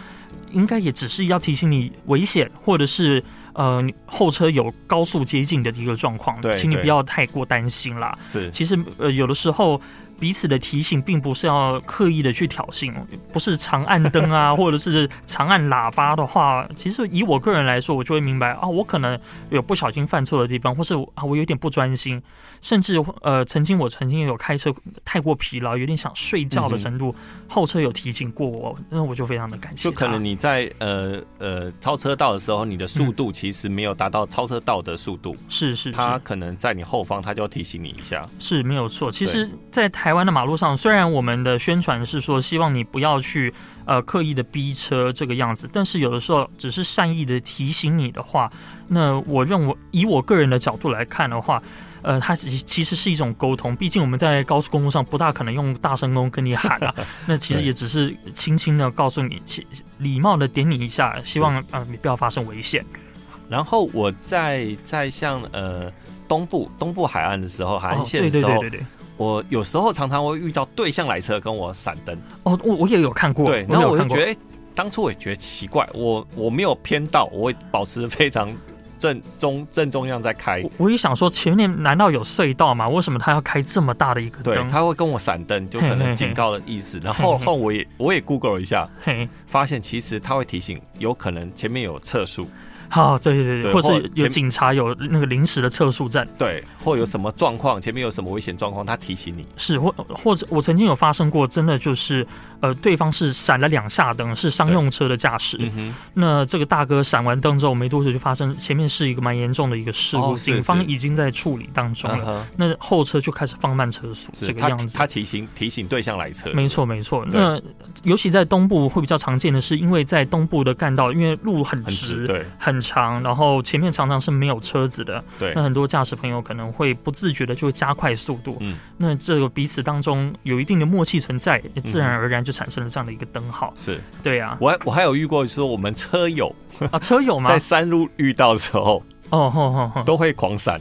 Speaker 3: 应该也只是要提醒你危险，或者是。呃，你后车有高速接近的一个状况，
Speaker 1: 对
Speaker 3: 请你
Speaker 1: 对
Speaker 3: 不要太过担心啦。
Speaker 1: 是
Speaker 3: 其实呃，有的时候彼此的提醒并不是要刻意的去挑衅，不是长按 灯啊，或者是长按喇叭的话，其实以我个人来说，我就会明白啊，我可能有不小心犯错的地方，或是啊我有点不专心，甚至呃，曾经我曾经有开车呃太过疲劳，有点想睡觉
Speaker 1: 嗯
Speaker 3: 的程度，后车有提醒过我，那我就非常的感谢
Speaker 1: 就
Speaker 3: 他。
Speaker 1: 可能你在呃呃超车道的时候，你的速
Speaker 3: 嗯
Speaker 1: 度其实没有达到超车道的速度，
Speaker 3: 是是是
Speaker 1: 它可能在你后方，它就要提醒你一下。
Speaker 3: 嗯是没有错。其实，在台湾的马路上，虽然我们的宣传是说希望你不要去呃刻意的逼车这个样子，但是有的时候只是善意的提醒你的话，那我认为以我个人的角度来看的话。呃，它其其实是一种沟通，毕竟我们在高速公路上不大可能用大声公跟你喊 啊，那其实也只是轻轻的告诉你，其礼貌的点你一下，希望呃你不要发生危险。哦
Speaker 1: 然后我在在像呃东部东部海岸的时候，海
Speaker 3: 哦
Speaker 1: 岸，线
Speaker 3: 对
Speaker 1: 的时
Speaker 3: 对
Speaker 1: 候，
Speaker 3: 对对对，
Speaker 1: 我有时候常常会遇到对向来车跟我闪灯，
Speaker 3: 哦，我我也有看过，
Speaker 1: 对，然后
Speaker 3: 有
Speaker 1: 我就
Speaker 3: 看过
Speaker 1: 觉得，诶当初我也觉得奇怪，我我没有偏道，我保持非常正中正中央在开，
Speaker 3: 我我也想说，前面难道有隧道吗？为什么他要开这么大的一个
Speaker 1: 对
Speaker 3: 灯？，
Speaker 1: 他会跟我闪灯，就可
Speaker 3: 嘿嘿嘿
Speaker 1: 能警告的意思。然后
Speaker 3: 嘿嘿
Speaker 1: 后我也我也 Google 了一下，
Speaker 3: 嘿，
Speaker 1: 发现其实他会提醒，有可能前面有测速，
Speaker 3: 好，对对对，
Speaker 1: 对
Speaker 3: 或
Speaker 1: 或
Speaker 3: 是有
Speaker 1: 前
Speaker 3: 警察有那个临时的测速站，
Speaker 1: 对，或有什么状况，前面有什么危险状况，他提醒你。
Speaker 3: 是或或者我曾经有发生过，真的就是，呃，对方是闪了两下灯，是商用车的驾驶，
Speaker 1: 嗯
Speaker 3: 那这个大哥闪完灯之后没多久就发生，前面是一个蛮严重的一个事故，
Speaker 1: 哦是
Speaker 3: 警方
Speaker 1: 是
Speaker 3: 已经在处理当中
Speaker 1: 哼，嗯
Speaker 3: 了，
Speaker 1: 哼，
Speaker 3: 那后车就开始放慢车速，
Speaker 1: 是
Speaker 3: 这个
Speaker 1: 他
Speaker 3: 样子。
Speaker 1: 他提醒提醒对象来车，
Speaker 3: 没错，没错。
Speaker 1: 对
Speaker 3: 那尤其在东部会比较常见的是，因为在东部的干道，因为路很
Speaker 1: 很
Speaker 3: 直，
Speaker 1: 直，对
Speaker 3: 很长，然后前面常常是没有车子的，
Speaker 1: 对
Speaker 3: 那很多驾驶朋友可能会不自觉的就会加快速度，
Speaker 1: 嗯，
Speaker 3: 那这个彼此当中有一定的默契存在，自然而然就产生了这样的一个灯号，
Speaker 1: 是。
Speaker 3: 对啊，
Speaker 1: 我还我还有遇过，说我们车友
Speaker 3: 啊，车友吗
Speaker 1: 在？山路遇到的时候
Speaker 3: 哦吼吼吼，
Speaker 1: 都会狂闪，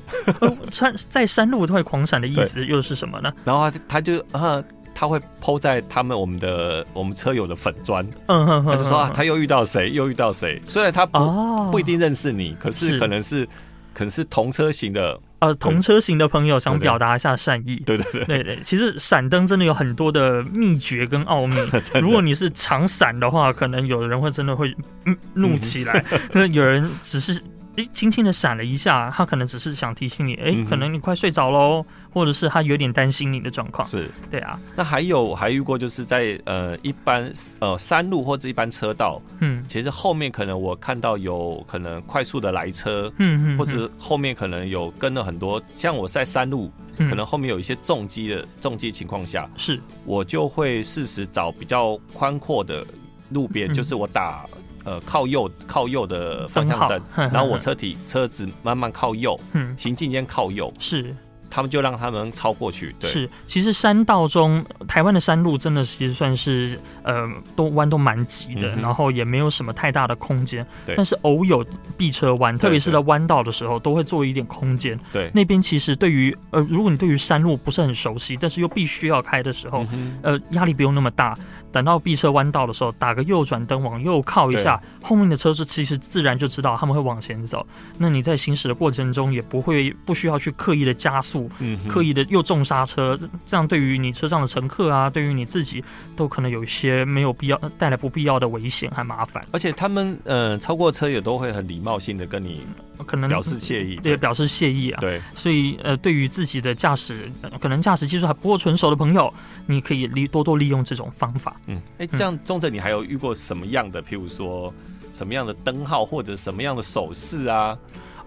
Speaker 3: 山在山路都会狂闪的意思又是什么呢？
Speaker 1: 然后他他就啊。他会抛在他们我们的我们车友的粉砖，
Speaker 3: 嗯哼哼，
Speaker 1: 他就说啊，
Speaker 3: 哼
Speaker 1: 他又遇到谁，又遇到谁。虽然他不、
Speaker 3: 哦
Speaker 1: 不一定认识你，可
Speaker 3: 是
Speaker 1: 是可能是可能是同车型的，
Speaker 3: 呃，同车型的朋友想
Speaker 1: 对对
Speaker 3: 表达一下善意，
Speaker 1: 对对 对，
Speaker 3: 对对，其实闪灯真的有很多的秘诀跟 奥秘。如果你是常闪的话，可能有人会真的会嗯怒起来， 那有人只是。诶，轻轻的闪了一下，他可能只是想提醒你，诶，
Speaker 1: 嗯哼
Speaker 3: 可能你快睡着喽，或者是他有点担心你的状况。
Speaker 1: 是。
Speaker 3: 对啊，
Speaker 1: 那还有还遇过就是在呃一般呃山路或者一般车道，
Speaker 3: 嗯
Speaker 1: 其实后面可能我看到有可能快速的来车，
Speaker 3: 嗯嗯，
Speaker 1: 或者后面可能有跟了很多，像我在山路，
Speaker 3: 嗯
Speaker 1: 可能后面有一些重机的重机情况下，
Speaker 3: 是
Speaker 1: 我就会适时找比较宽阔的路边，
Speaker 3: 嗯
Speaker 1: 就是我打呃靠右靠右的方向灯
Speaker 3: 灯号，
Speaker 1: 然后我车体车子慢慢靠右，
Speaker 3: 嗯
Speaker 1: 行进间靠右，
Speaker 3: 是
Speaker 1: 他们就让他们超过去。对，
Speaker 3: 是，其实山道中，台湾的山路真的其实算是呃，都弯都蛮急的，
Speaker 1: 嗯哼
Speaker 3: 然后也没有什么太大的空间。
Speaker 1: 对
Speaker 3: 但是偶有避车弯，特别
Speaker 1: 对
Speaker 3: 是
Speaker 1: 嗯
Speaker 3: 在弯道的时候，都会做一点空间。
Speaker 1: 对，
Speaker 3: 那边其实对于呃，如果你对于山路不是很熟悉，但是又必须要开的时候，
Speaker 1: 嗯哼
Speaker 3: 呃，压力不用那么大。等到避车弯道的时候，打个右转灯往右靠一下，后面的车是其实自然就知道他们会往前走。那你在行驶的过程中也不会不需要去刻意的加速，
Speaker 1: 嗯哼
Speaker 3: 刻意的又重刹车，这样对于你车上的乘客啊，对于你自己都可能有一些没有必要带来不必要的危险和麻烦。
Speaker 1: 而且他们呃超过车也都会很礼貌性的跟你
Speaker 3: 可能
Speaker 1: 表示谢意。
Speaker 3: 也表示谢意啊。
Speaker 1: 对，嗯
Speaker 3: 所以呃，对于自己的驾驶、呃可能驾驶技术还不够纯熟的朋友，你可以利多多利用这种方法。
Speaker 1: 嗯，哎，这样中正你还有遇过什么样的，譬如说什么样的灯号或者什么样的手势啊？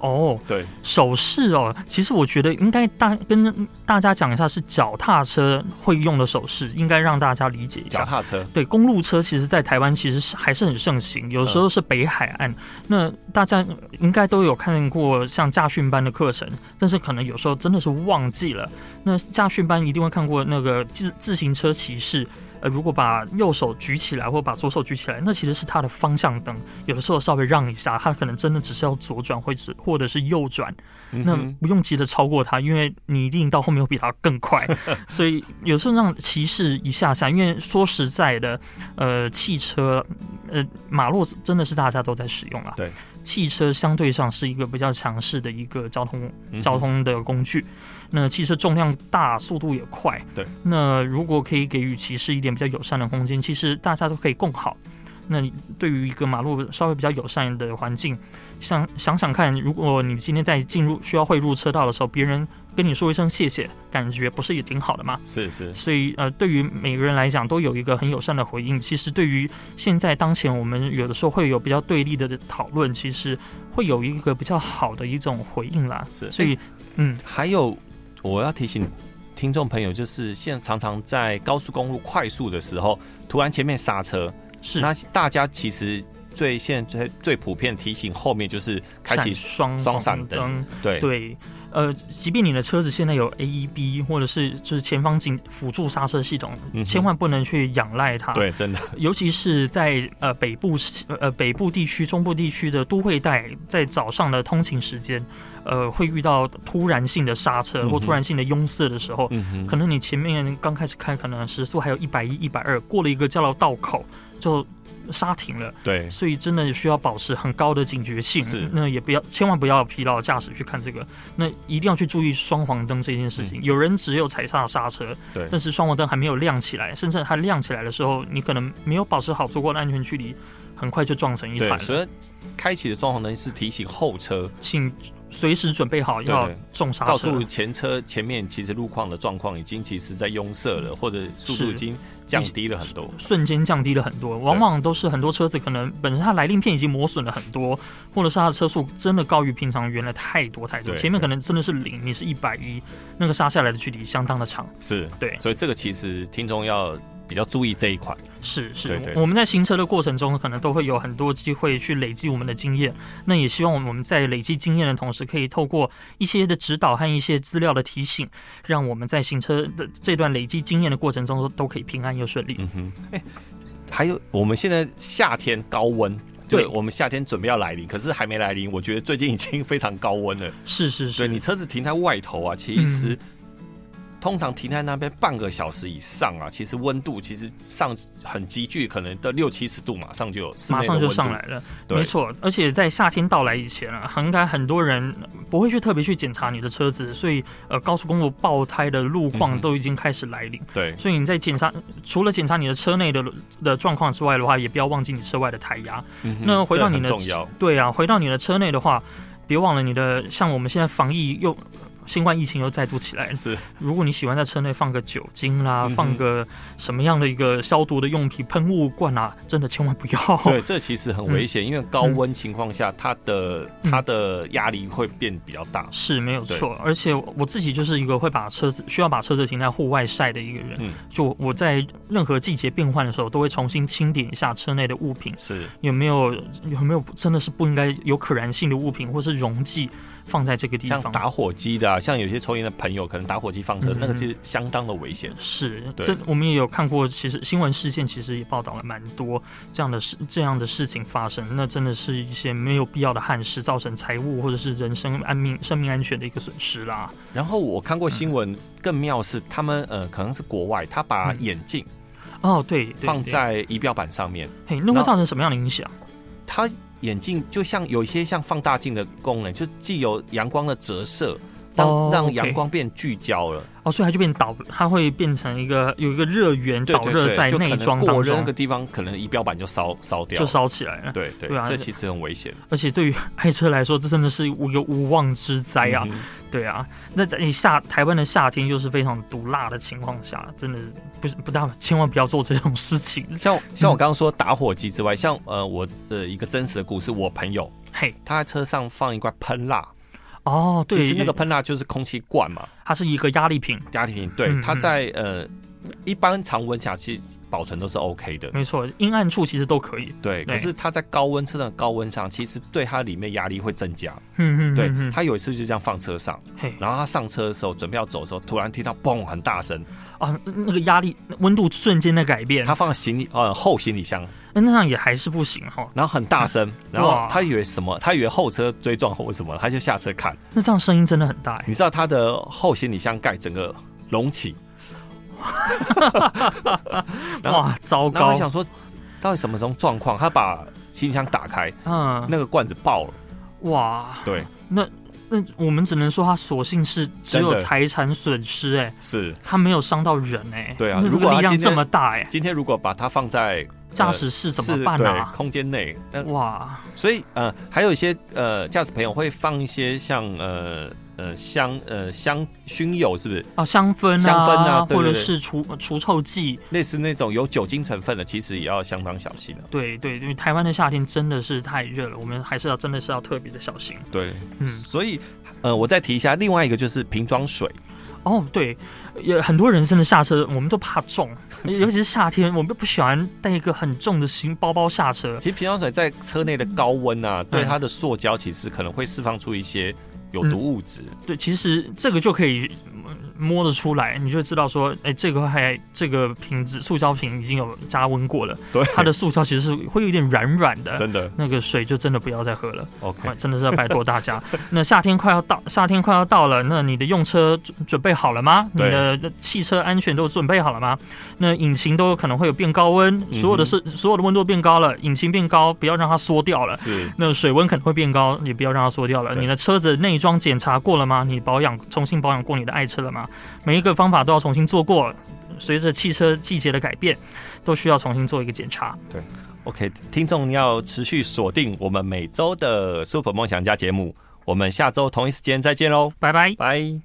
Speaker 3: 哦，
Speaker 1: 对，
Speaker 3: 手势哦，其实我觉得应该大跟大家讲一下是脚踏车会用的手势，应该让大家理解一
Speaker 1: 脚
Speaker 3: 下。
Speaker 1: 踏车，
Speaker 3: 对，公路车其实，在台湾其实是还是很盛行，有时候是北海岸，那大家应该都有看过像驾训班的课程，但是可能有时候真的是忘记了。那驾训班一定会看过那个自自行车骑士。呃，如果把右手举起来，或把左手举起来，那其实是它的方向灯。有的时候稍微让一下，它可能真的只是要左转，或者或者是右转。
Speaker 1: 嗯
Speaker 3: 那
Speaker 1: 哼
Speaker 3: 不用急着超过他，因为你一定到后面会比他更快， 所以有时候让骑士一下下。因为说实在的，呃，汽车，呃，马路真的是大家都在使用啦。啊
Speaker 1: 对，
Speaker 3: 汽车相对上是一个比较强势的一个交通
Speaker 1: 嗯哼
Speaker 3: 交通的工具。那汽车重量大，速度也快。
Speaker 1: 对，
Speaker 3: 那如果可以给予骑士一点比较友善的空间，其实大家都可以共好。那你对于一个马路稍微比较友善的环境，想想想看，如果你今天在进入需要汇入车道的时候，别人跟你说一声谢谢，感觉不是也挺好的吗？
Speaker 1: 是是，
Speaker 3: 所以呃，对于每个人来讲，都有一个很友善的回应。其实对于现在当前我们有的时候会有比较对立的讨论，其实会有一个比较好的一种回应啦。
Speaker 1: 是
Speaker 3: 所以嗯，
Speaker 1: 还有我要提醒听众朋友，就是现在常常在高速公路快速的时候，突然前面刹车，
Speaker 3: 是
Speaker 1: 那大家其实最现在最最普遍提醒后面就是开启
Speaker 3: 闪双
Speaker 1: 双
Speaker 3: 红
Speaker 1: 闪灯，
Speaker 3: 灯，
Speaker 1: 对
Speaker 3: 对，呃，即便你的车子现在有 AEB 或者是就是前方紧辅助刹车系统，
Speaker 1: 嗯哼
Speaker 3: 千万不能去仰赖它。
Speaker 1: 对，真 的
Speaker 3: 尤其是在呃北部呃北部地区、中部地区的都会带，在早上的通勤时间，呃，会遇到突然性的刹车
Speaker 1: 嗯
Speaker 3: 或
Speaker 1: 哼
Speaker 3: 突然性的拥塞的时候，
Speaker 1: 嗯哼
Speaker 3: 可能你前面刚开始开，可能时速还有一百一、一百二，过了一个交流道口就刹停了，
Speaker 1: 对，
Speaker 3: 所以真的需要保持很高的警觉性。
Speaker 1: 是
Speaker 3: 那也不要千万不要疲劳驾驶去看这个，那一定要去注意双黄灯这件
Speaker 1: 嗯
Speaker 3: 事情。有人只有踩刹刹车，
Speaker 1: 对
Speaker 3: 但是双黄灯还没有亮起来，甚至它亮起来的时候，你可能没有保持好足够的安全距离，很快就撞成一
Speaker 1: 对，
Speaker 3: 团了。
Speaker 1: 所以开启的装红灯是提醒后车，
Speaker 3: 请随时准备好
Speaker 1: 对
Speaker 3: 要
Speaker 1: 对
Speaker 3: 重刹
Speaker 1: 告
Speaker 3: 车
Speaker 1: 诉。前车前面其实路况的状况已经其实在拥塞了，或者速度
Speaker 3: 是
Speaker 1: 已经降低了很多。
Speaker 3: 瞬间降低了很多，往往都是很多车子可能本身它来令片已经磨损了很多，或者是它的车速真的高于平常原来太多太多，
Speaker 1: 对
Speaker 3: 前面可能真的是零，你是一百一，那个刹下来的距离相当的长。
Speaker 1: 是，
Speaker 3: 对
Speaker 1: 所以这个其实听众要比较注意这一款。
Speaker 3: 是是，
Speaker 1: 对对
Speaker 3: 我们在行车的过程中，可能都会有很多机会去累积我们的经验。那也希望我们在累积经验的同时，可以透过一些的指导和一些资料的提醒，让我们在行车的这段累积经验的过程中，都可以平安又顺利。
Speaker 1: 嗯哼，哎、还有我们现在夏天高温，
Speaker 3: 对
Speaker 1: 对，我们夏天准备要来临，可是还没来临，我觉得最近已经非常高温了。
Speaker 3: 是是
Speaker 1: 对
Speaker 3: 是，嗯
Speaker 1: 你车子停在外头啊，其实、通常停在那边半个小时以上啊，其实温度其实上很急剧，可能到六七十度，马上就有室内
Speaker 3: 马
Speaker 1: 的
Speaker 3: 上就
Speaker 1: 温
Speaker 3: 上
Speaker 1: 度
Speaker 3: 来。了，
Speaker 1: 对
Speaker 3: 没错。而且在夏天到来以前啊，应该很多人不会去特别去检查你的车子，所以呃，高速公路爆胎的路况
Speaker 1: 嗯
Speaker 3: 都已经开始来临。
Speaker 1: 对，
Speaker 3: 所以你在检查，除了检查你的车内的的状况之外的话，也不要忘记你车外的胎压。
Speaker 1: 嗯哼
Speaker 3: 那回到
Speaker 1: 这
Speaker 3: 你
Speaker 1: 很
Speaker 3: 的
Speaker 1: 重要，
Speaker 3: 对啊，回到你的车内的话，别忘了你的，像我们现在防疫又。新冠疫情又再度起来，
Speaker 1: 是
Speaker 3: 如果你喜欢在车内放个酒精啦，
Speaker 1: 嗯哼
Speaker 3: 放个什么样的一个消毒的用品、喷雾罐啊，真的千万不要。
Speaker 1: 对，这其实很
Speaker 3: 嗯
Speaker 1: 危险，因为高温情况下，它的它的压力会变比较大。
Speaker 3: 是没有错，而且我自己就是一个会把车子需要把车子停在户外晒的一个人，
Speaker 1: 嗯
Speaker 3: 就我在任何季节变换的时候，都会重新清点一下车内的物品，
Speaker 1: 是，
Speaker 3: 有没有有没有真的是不应该有可燃性的物品或是溶剂放在这个地
Speaker 1: 像
Speaker 3: 方。
Speaker 1: 打火机的、啊，像有些抽烟的朋友，可能打火机放车，
Speaker 3: 嗯
Speaker 1: 那个其实相当的危险。
Speaker 3: 是，
Speaker 1: 对
Speaker 3: 这我们也有看过，其实新闻事件其实也报道了蛮多这样的事这样的事情发生，那真的是一些没有必要的憾事，造成财务或者是人身安命生命安全的一个损失啦。
Speaker 1: 然后我看过新闻，更妙是他们呃，可能是国外，他把
Speaker 3: 嗯
Speaker 1: 眼镜
Speaker 3: 哦，对，对
Speaker 1: 放
Speaker 3: 对
Speaker 1: 在仪表板上面，
Speaker 3: 嘿，那会造成什么样的影响？
Speaker 1: 它眼镜就像有一些像放大镜的功能，就既有阳光的折射，让
Speaker 3: 哦
Speaker 1: 让
Speaker 3: OK
Speaker 1: 阳光变聚焦了，
Speaker 3: 哦，所以它就变导，它会变成一个有一个热源
Speaker 1: 对
Speaker 3: 导
Speaker 1: 对
Speaker 3: 热在
Speaker 1: 对，就可
Speaker 3: 内
Speaker 1: 能
Speaker 3: 装
Speaker 1: 过
Speaker 3: 当
Speaker 1: 热那
Speaker 3: 中
Speaker 1: 个，地方，可能仪表板就烧烧掉
Speaker 3: 就
Speaker 1: 了。
Speaker 3: 烧起来了。
Speaker 1: 对对
Speaker 3: 对啊
Speaker 1: 这
Speaker 3: 那
Speaker 1: 其实很危险。
Speaker 3: 而且对于 爱车来说，这真的是一个无妄之灾啊！
Speaker 1: 嗯哼
Speaker 3: 对啊，那在你夏台湾的夏天又是非常毒辣的情况下，真的不是不大千万不要做这种事情。
Speaker 1: 像像我刚刚说打火机之外，像呃我呃一个真实的故事，我朋友
Speaker 3: 嘿，
Speaker 1: 他在车上放一块喷蜡，
Speaker 3: 哦，
Speaker 1: 其
Speaker 3: 对
Speaker 1: 实，那个喷蜡就是空气罐嘛，
Speaker 3: 它是一个压力瓶，
Speaker 1: 家庭瓶对
Speaker 3: 嗯，
Speaker 1: 它
Speaker 3: 嗯
Speaker 1: 在呃一般常温下其实保存都是 OK 的，
Speaker 3: 没错，阴暗处其实都可以。
Speaker 1: 对。
Speaker 3: 对
Speaker 1: 可是它在高温车上高温上，其实对它里面压力会增加。
Speaker 3: 嗯嗯，
Speaker 1: 对
Speaker 3: 嗯，
Speaker 1: 他有一次就这样放车上，
Speaker 3: 嘿，
Speaker 1: 然后他上车的时候准备要走的时候，突然听到嘣很大声，
Speaker 3: 啊，那个压力温度瞬间的改变，
Speaker 1: 他放行李呃后行李箱，
Speaker 3: 那那样也还是不行哈。
Speaker 1: 然后很大声，然后
Speaker 3: 哇
Speaker 1: 他以为什么？他以为后车追撞或什么，他就下车看，
Speaker 3: 那这样声音真的很大欸
Speaker 1: 你知道他的后行李箱盖整个隆起，然后
Speaker 3: 欸哇，糟
Speaker 1: 然后
Speaker 3: 糕
Speaker 1: 他，想说到底什么什么状况？他把行李箱打开，
Speaker 3: 嗯，
Speaker 1: 那个罐子爆了。
Speaker 3: 哇，
Speaker 1: 对，
Speaker 3: 那那我们只能说他索性是只有
Speaker 1: 真的
Speaker 3: 财产损失哎、
Speaker 1: 是，
Speaker 3: 他没有伤到人哎、
Speaker 1: 对啊
Speaker 3: 那这
Speaker 1: 如果
Speaker 3: 个
Speaker 1: 他
Speaker 3: 力
Speaker 1: 今
Speaker 3: 量
Speaker 1: 天呃
Speaker 3: 这么大哎、
Speaker 1: 今天如果把它放在
Speaker 3: 驾驶室怎么
Speaker 1: 是
Speaker 3: 办
Speaker 1: 对
Speaker 3: 啊？
Speaker 1: 空间内，但
Speaker 3: 哇，
Speaker 1: 所以呃，还有一些呃驾驶朋友会放一些像呃呃香呃香薰油，是不是
Speaker 3: 啊，香氛啊，
Speaker 1: 香氛啊对对
Speaker 3: 或者
Speaker 1: 对
Speaker 3: 是除除臭剂，
Speaker 1: 类似那种有酒精成分的？其实也要相当小心的、啊
Speaker 3: 对对，因为台湾的夏天真的是太热了，我们还是要真的是要特别的小心。
Speaker 1: 对，
Speaker 3: 嗯，
Speaker 1: 所以呃，我再提一下，另外一个就是瓶装水，
Speaker 3: 哦，对，也很多人真的下车，我们都怕重，尤其是夏天，我们都不喜欢带一个很重的行包包下车。
Speaker 1: 其实瓶装水在车内的高温啊，对它的塑胶其实可能会释放出一些有毒物质。
Speaker 3: 对，其实这个就可以嗯摸得出来，你就知道说，哎，这个还这个瓶子塑胶瓶已经有加温过了，
Speaker 1: 对，
Speaker 3: 它的塑胶其实是会有点软软的。
Speaker 1: 嗯真的
Speaker 3: 那个水就真的不要再喝了，
Speaker 1: OK
Speaker 3: 啊真的是要拜托大家。那夏天快要到，夏天快要到了，那你的用车准准备好了吗？你
Speaker 1: 对
Speaker 3: 的汽车安全都准备好了吗？那引擎都可能会有变高温，
Speaker 1: 嗯哼
Speaker 3: 所有的是、所有的温度变高了，引擎变高，不要让它缩掉了。
Speaker 1: 是。
Speaker 3: 那水温可能会变高，也不要让它缩掉了。
Speaker 1: 对
Speaker 3: 你的车子内装检查过了吗？你保养重新保养过你的爱车了吗？每一个方法都要重新做过，随着汽车季节的改变，都需要重新做一个检查。
Speaker 1: OK，听众要持续锁定我们每周的 Super 梦想家节目，我们下周同一时间再见喽，
Speaker 3: 拜拜。
Speaker 1: 拜。